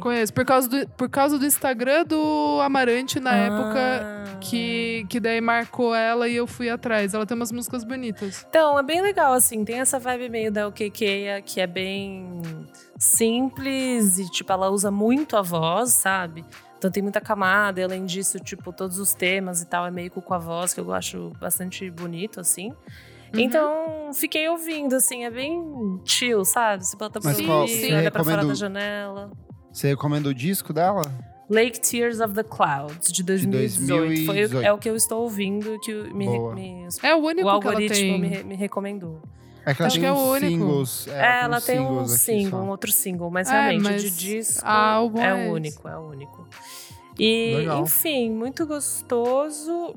Conhece? Conheço. Por causa do, por causa do Instagram do Amarante na Ah. época que, que daí marcou ela e eu fui atrás. Ela tem umas músicas bonitas. Então, é bem legal, assim. Tem essa vibe meio da OKKia, que é bem simples e, tipo, ela usa muito a voz, sabe? Então tem muita camada, e além disso, tipo, todos os temas e tal é meio com a voz, que eu acho bastante bonito, assim. Então, fiquei ouvindo, assim, é bem chill, sabe? Você bota pra Mas qual- ouvir, você olha pra fora recomenda da o- janela. Você recomenda o disco dela? Lake Tears of the Clouds, de 2018. Foi, o- é o que eu estou ouvindo e que o- me, Boa. me- É o único o que ela algoritmo tem. me, re- me recomendou. É que ela Acho tem que é uns o único. singles. É, É, ela tem um singles aqui single, só. um outro single, mas É, realmente mas o de disco álbum é é o esse. único, é o único. E, Legal. enfim, muito gostoso.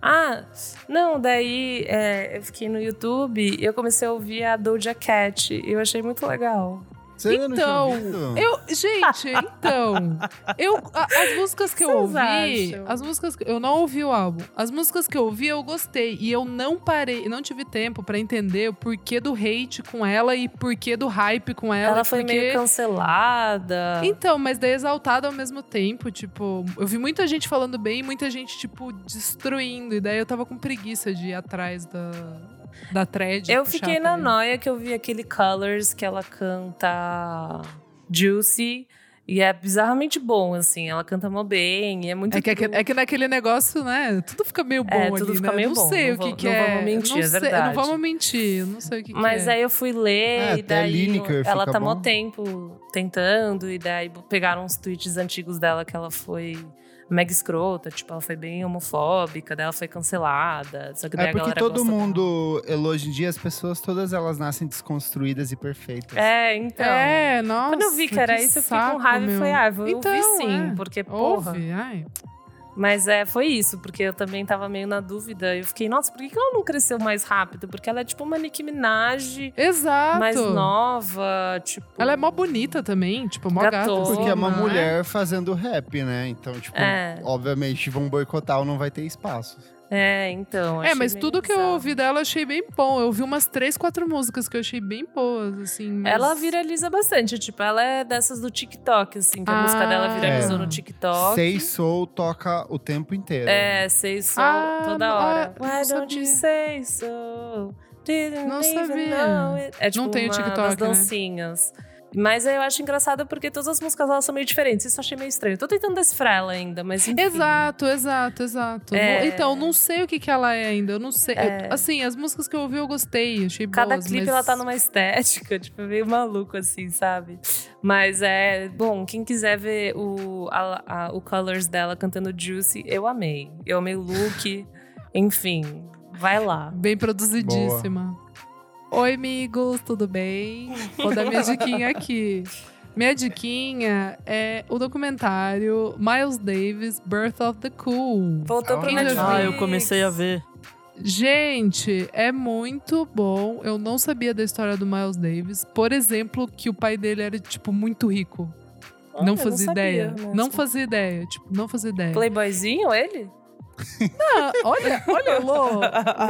Ah, não, daí é, eu fiquei no YouTube e eu comecei a ouvir a Doja Cat e eu achei muito legal. Você ainda não tinha Então, ouvido? Eu, gente, então, eu a- as músicas que eu Vocês ouvi, acham? as músicas que eu não ouvi o álbum, as músicas que eu ouvi eu gostei e eu não parei, não tive tempo pra entender o porquê do hate com ela e porquê do hype com ela. Ela, foi porque- meio cancelada. Então, mas daí exaltada ao mesmo tempo, tipo, eu vi muita gente falando bem e muita gente tipo destruindo e daí eu tava com preguiça de ir atrás da da thread. Eu puxar fiquei a na thread. noia que eu vi aquele Colors que ela canta Juicy. E é bizarramente bom, assim. Ela canta mó bem, e é muito É que, é, que, é que naquele negócio, né? Tudo fica meio bom É, tudo ali, fica né? meio não bom, sei não o que, vou- que não é. vamos mentir, não é sei- verdade. Não vamos mentir, não sei o que, que Mas é. aí eu fui É, ler até e daí Lineker ela fica tá mó bom. tempo tentando e daí pegaram uns tweets antigos dela que ela foi mega escrota, tipo, ela foi bem homofóbica, daí ela foi cancelada. Só que daí É a porque galera todo gosta dela. mundo, ela hoje em dia, as pessoas, todas elas nascem desconstruídas e perfeitas. É, então. é, nossa. Quando eu vi que era isso, eu fiquei com saco, raiva e meu. falei, ah, eu vou Então, ouvir sim, é. porque porra. Ouve, ai. Mas é, foi isso, porque eu também tava meio na dúvida. Eu fiquei, nossa, por que que ela não cresceu mais rápido? Porque ela é tipo uma Nicki Minaj Exato. mais nova, tipo. Ela é mó bonita também, tipo, mó gata. Gatona. assim, Porque é uma né? mulher fazendo rap, né? Então, tipo, É. obviamente vão boicotar ou não vai ter espaço. É, então. É, achei mas meio tudo que eu bizarro. ouvi dela eu achei bem bom. Eu ouvi umas três, quatro músicas que eu achei bem boas, assim. mas- Ela viraliza bastante, tipo, ela é dessas do TikTok, assim, que a Ah. música dela viralizou É. no TikTok. Sei Soul toca o tempo inteiro. É, sei so Ah, toda ah, hora. não Why don't you say so? Didn't Não even sabia. know it. É tipo Não tem o uma TikTok, das né? dancinhas. Mas eu acho engraçado porque todas as músicas elas são meio diferentes. Isso eu achei meio estranho. Eu tô tentando decifrar ela ainda, mas enfim. Exato, exato, exato. É. Então, não sei o que, que ela é ainda. Eu não sei. É. eu- assim, as músicas que eu ouvi eu gostei, achei Cada boas. clipe mas- ela tá numa estética, tipo, meio maluco assim, sabe? Mas é, bom, quem quiser ver o, a- a- o Colors dela cantando Juicy, eu amei. Eu amei o look, enfim, vai lá. Bem produzidíssima. Oi, amigos, tudo bem? Vou dar minha diquinha aqui. Minha diquinha é o documentário Miles Davis, Birth of the Cool. Voltou pro Ah, Netflix. Ah, eu comecei a ver. Gente, é muito bom. Eu não sabia da história do Miles Davis. Por exemplo, que o pai dele era, tipo, muito rico. Olha, não eu fazia sabia né? ideia. mesmo. Não fazia ideia. Tipo, não fazia ideia. Playboyzinho, ele? Ah, olha, olha, Lô,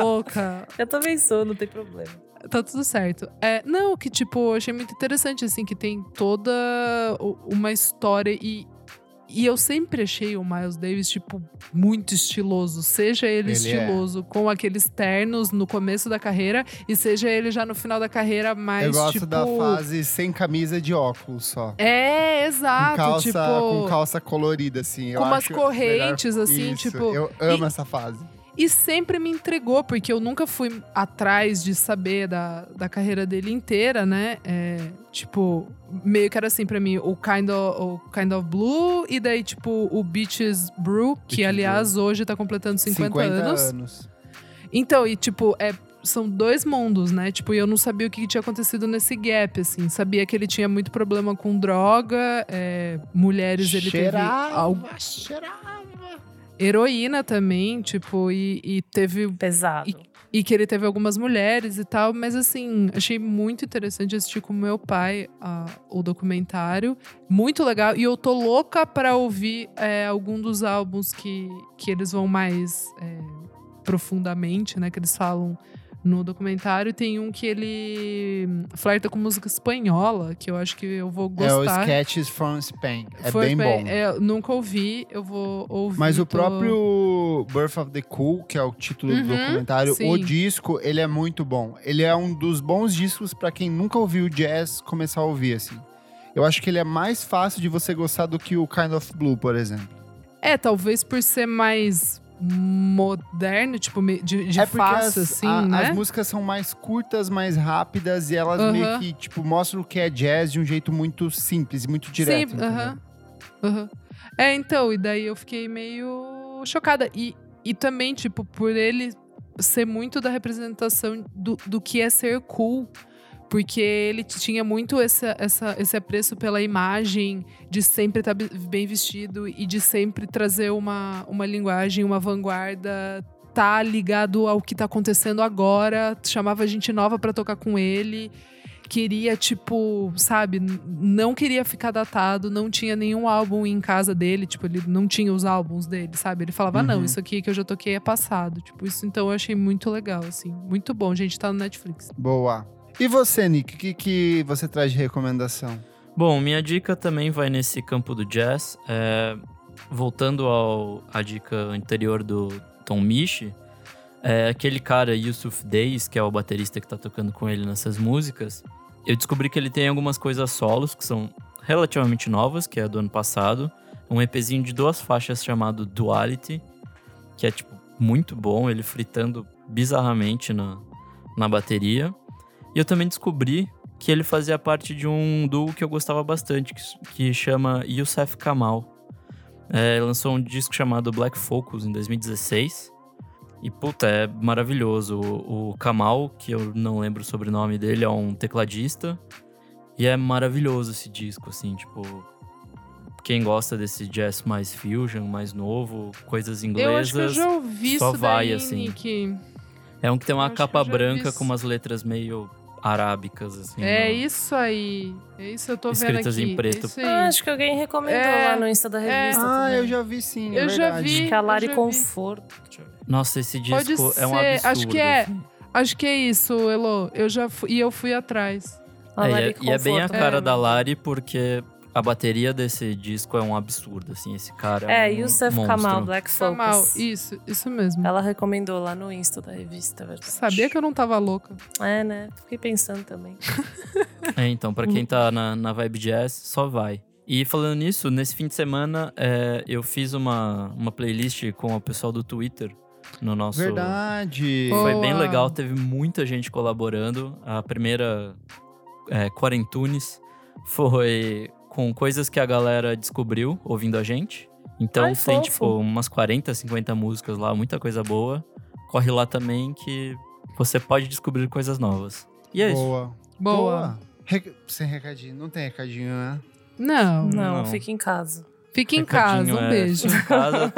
louca. Eu também sou, não tem problema. Tá tudo certo. É, não, que tipo, eu achei muito interessante, assim, que tem toda o- uma história e. E eu sempre achei o Miles Davis, tipo, muito estiloso. Seja ele, Ele é. estiloso com aqueles ternos no começo da carreira, e seja ele já no final da carreira mais. Eu gosto tipo... da fase sem camisa de óculos só. É, exato. com, calça, tipo, com calça colorida, assim. eu com umas acho correntes, melhor- assim, Isso, tipo, Eu amo essa fase. E sempre me entregou, porque eu nunca fui atrás de saber da, da carreira dele inteira, né? É, tipo, meio que era assim pra mim, o kind, of, o kind of Blue e daí, tipo, o Beaches Brew, que Beaches aliás hoje tá completando 50, anos. anos. Então, e tipo, é, são dois mundos, né? Tipo, e eu não sabia o que tinha acontecido nesse gap, assim. Sabia que ele tinha muito problema com droga, é, mulheres, ele cheirava, teve al- cheirava. heroína também, tipo, e- e teve Pesado. e que ele teve algumas mulheres e tal, mas assim, achei muito interessante assistir com meu pai ah, o documentário. Muito legal. E eu tô louca pra ouvir é, algum dos álbuns que, que eles vão mais é, profundamente, né? Que eles falam no documentário. Tem um que ele hum, flerta com música espanhola, que eu acho que eu vou É o gostar. Sketches from Spain. É Foi bem bom. é, eu nunca ouvi, eu vou ouvir. Mas o tô- próprio Birth of the Cool, que é o título Uhum, do documentário, o sim. disco, ele é muito bom. Ele é um dos bons discos pra quem nunca ouviu jazz começar a ouvir, assim. Eu acho que ele é mais fácil de você gostar do que o Kind of Blue, por exemplo. É, talvez por ser mais moderno, tipo, me- de, de é porque fácil, as, assim, a- né? as músicas são mais curtas, mais rápidas e elas Aham. meio que, tipo, mostram o que é jazz de um jeito muito simples e muito direto. Sim, entendeu? aham. aham. É, então, e daí eu fiquei meio chocada. E, e também, tipo, por ele ser muito da representação do, do que é ser cool. Porque ele t- tinha muito essa, essa- esse apreço pela imagem, de sempre estar bem vestido e de sempre trazer uma, uma linguagem, uma vanguarda, tá ligado ao que tá acontecendo agora, chamava gente nova pra tocar com ele, queria, tipo, sabe, n- não queria ficar datado, não tinha nenhum álbum em casa dele, tipo, ele não tinha os álbuns dele, sabe? Ele falava, "Ah, não, Uhum. isso aqui que eu já toquei é passado. Tipo, isso então eu achei muito legal, assim. Muito bom, gente, tá no Netflix. Boa. E você, Nick, o que, que você traz de recomendação? Bom, minha dica também vai nesse campo do jazz. É, voltando ao, à dica anterior do Tom Misch, é, aquele cara, Yusuf Days, que é o baterista que tá tocando com ele nessas músicas, eu descobri que ele tem algumas coisas solos que são relativamente novas, que é do ano passado. Um EPzinho de duas faixas chamado Duality, que é, tipo, muito bom, ele fritando bizarramente na, na bateria. E eu também descobri que ele fazia parte de um duo que eu gostava bastante, que, que chama Youssef Kamal. É, lançou um disco chamado Black Focus em 2016. E, puta, é maravilhoso. O, o Kamal, que eu não lembro o sobrenome dele, é um tecladista. E é maravilhoso esse disco, assim, tipo. Quem gosta desse jazz mais fusion, mais novo, coisas inglesas. eu acho que eu já ouvi só isso vai, daí, assim. Nick. É um que tem Eu uma acho que capa eu já vi branca isso. com umas letras meio arábicas, assim. É no- isso aí. É isso eu tô vendo Escritas aqui. em preto. Isso aí. Ah, acho que alguém recomendou É. lá no Insta da revista. Ah, também. eu já vi sim, é Eu já verdade. vi. Acho que a Lari eu já vi. Conforto. Deixa eu ver. Nossa, esse disco Pode é um ser, absurdo. acho que é. assim. Acho que é isso, Elo. Eu já fui, e eu fui atrás. A É, e Lari é- e é bem a Conforto. cara É. da Lari, porque a bateria desse disco é um absurdo, assim. Esse cara é, É, um e o Seth monstro. Kamal, Black Foi mal. Focus. Isso, isso mesmo. Ela recomendou lá no Insta da revista, é verdade. Sabia que eu não tava louca. É, né? Fiquei pensando também. É, então, pra quem tá na, na vibe jazz, só vai. E falando nisso, nesse fim de semana é, eu fiz uma, uma playlist com o pessoal do Twitter no nosso. Verdade. Foi- Foi bem Boa. legal, teve muita gente colaborando. A primeira é, Quarentunes foi com coisas que a galera descobriu ouvindo a gente. Então Ai, tem, fofo. tipo, umas 40, 50 músicas lá, muita coisa boa. Corre lá também que você pode descobrir coisas novas. E é isso. Boa. Boa. Rec- Sem recadinho. Não tem recadinho, né? Não. Não, Não. fica em casa. Fique em casa, Recadinho um é, beijo. fica em casa.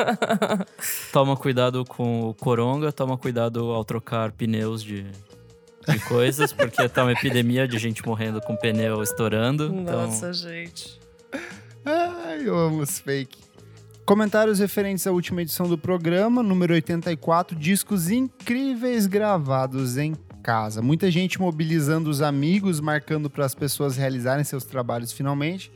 toma cuidado com o coronga, toma cuidado ao trocar pneus de, de coisas, porque tá uma epidemia de gente morrendo com pneu estourando. então... Nossa, gente. Ai, eu amo os fake. Comentários referentes à última edição do programa, número 84, discos incríveis gravados em casa. Muita gente mobilizando os amigos, marcando para as pessoas realizarem seus trabalhos finalmente.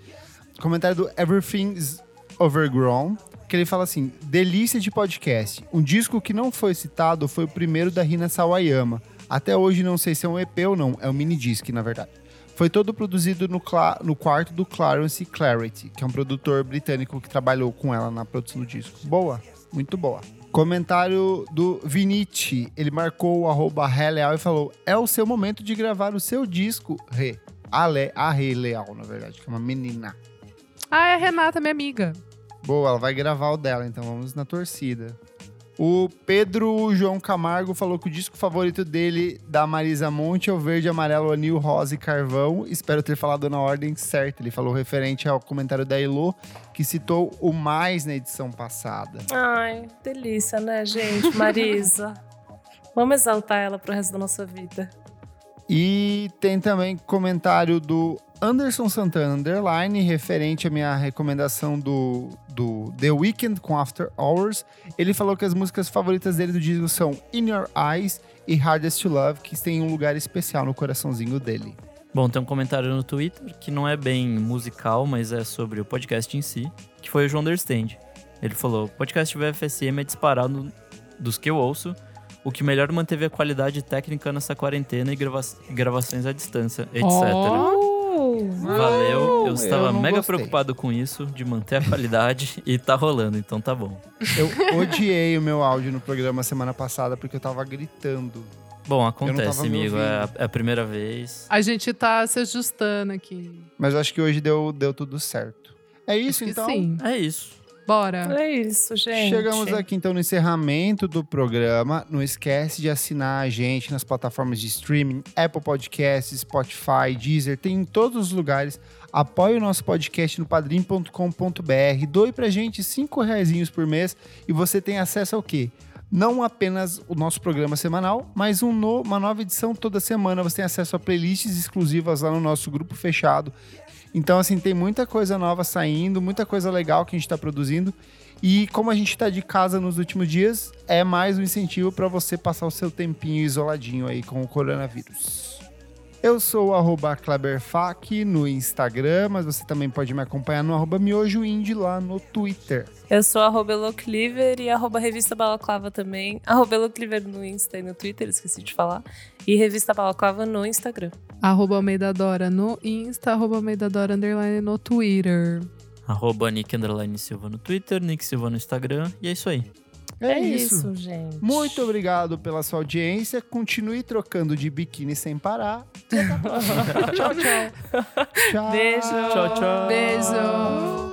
Comentário do Everything's Overgrown, que ele fala assim: Delícia de podcast. Um disco que não foi citado foi o primeiro da Rina Sawayama. Até hoje não sei se é um EP ou não, é um mini disc, na verdade. Foi todo produzido no, cla- no quarto do Clarence Clarity, que é um produtor britânico que trabalhou com ela na produção do disco. Boa, muito boa. Comentário do Vinite. Ele marcou o arroba Ré Leal e falou: É o seu momento de gravar o seu disco, Rê. A, Le, a Rê Leal, na verdade, que é uma menina. Ah, é a Renata, minha amiga. Boa, ela vai gravar o dela, então vamos na torcida. O Pedro João Camargo falou que o disco favorito dele, da Marisa Monte, é o verde, amarelo, anil, rosa e carvão. Espero ter falado na ordem certa. Ele falou referente ao comentário da Elo, que citou o mais na edição passada. Ai, delícia, né, gente? Marisa. Vamos exaltar ela pro resto da nossa vida. E tem também comentário do Anderson Santana Underline, referente à minha recomendação do, do The Weeknd com After Hours. Ele falou que as músicas favoritas dele do disco são In Your Eyes e Hardest to Love, que tem um lugar especial no coraçãozinho dele. Bom, tem um comentário no Twitter que não é bem musical, mas é sobre o podcast em si, que foi o João Understand. Ele falou: "O podcast VFSM é disparado dos que eu ouço, o que melhor manteve a qualidade técnica nessa quarentena e grava- gravações à distância, etc. Ó. Oh. Valeu, eu eu estava não mega gostei. preocupado com isso, de manter a qualidade, e tá rolando, então tá bom. Eu odiei o meu áudio no programa semana passada porque eu tava gritando. Bom, tava acontece, me amigo, é a, é a primeira vez. A gente tá se ajustando aqui. Mas eu acho que hoje deu, deu tudo certo. É isso, Acho que então. Sim. É isso. Bora. É isso, gente. Chegamos aqui então no encerramento do programa. Não esquece de assinar a gente nas plataformas de streaming, Apple Podcasts, Spotify, Deezer, tem em todos os lugares. Apoie o nosso podcast no padrim.com.br. Doe pra gente cinco reaisinhos por mês e você tem acesso ao quê? Não apenas o nosso programa semanal, mas um no- uma nova edição toda semana. Você tem acesso a playlists exclusivas lá no nosso grupo fechado. Então, assim, tem muita coisa nova saindo, muita coisa legal que a gente está produzindo. E como a gente está de casa nos últimos dias, é mais um incentivo para você passar o seu tempinho isoladinho aí com o coronavírus. Eu sou o arroba Kleberfac no Instagram, mas você também pode me acompanhar no arroba miojoindy lá no Twitter. Eu sou arroba Elocliver e arroba Revista Balaclava também. Arroba Elocliver no Insta e no Twitter, esqueci de falar. E Revista Balaclava no Instagram. Arroba Almeida Dora no Insta, arroba Almeida Dora underline no Twitter. Arroba Nick Underline Silva no Twitter, Nick Silva no Instagram, e é isso aí. É, gente. Muito obrigado pela sua audiência. Continue trocando de biquíni sem parar. E até a próxima. tchau, tchau. Tchau. Beijo. Tchau, tchau. Ah. Beijo.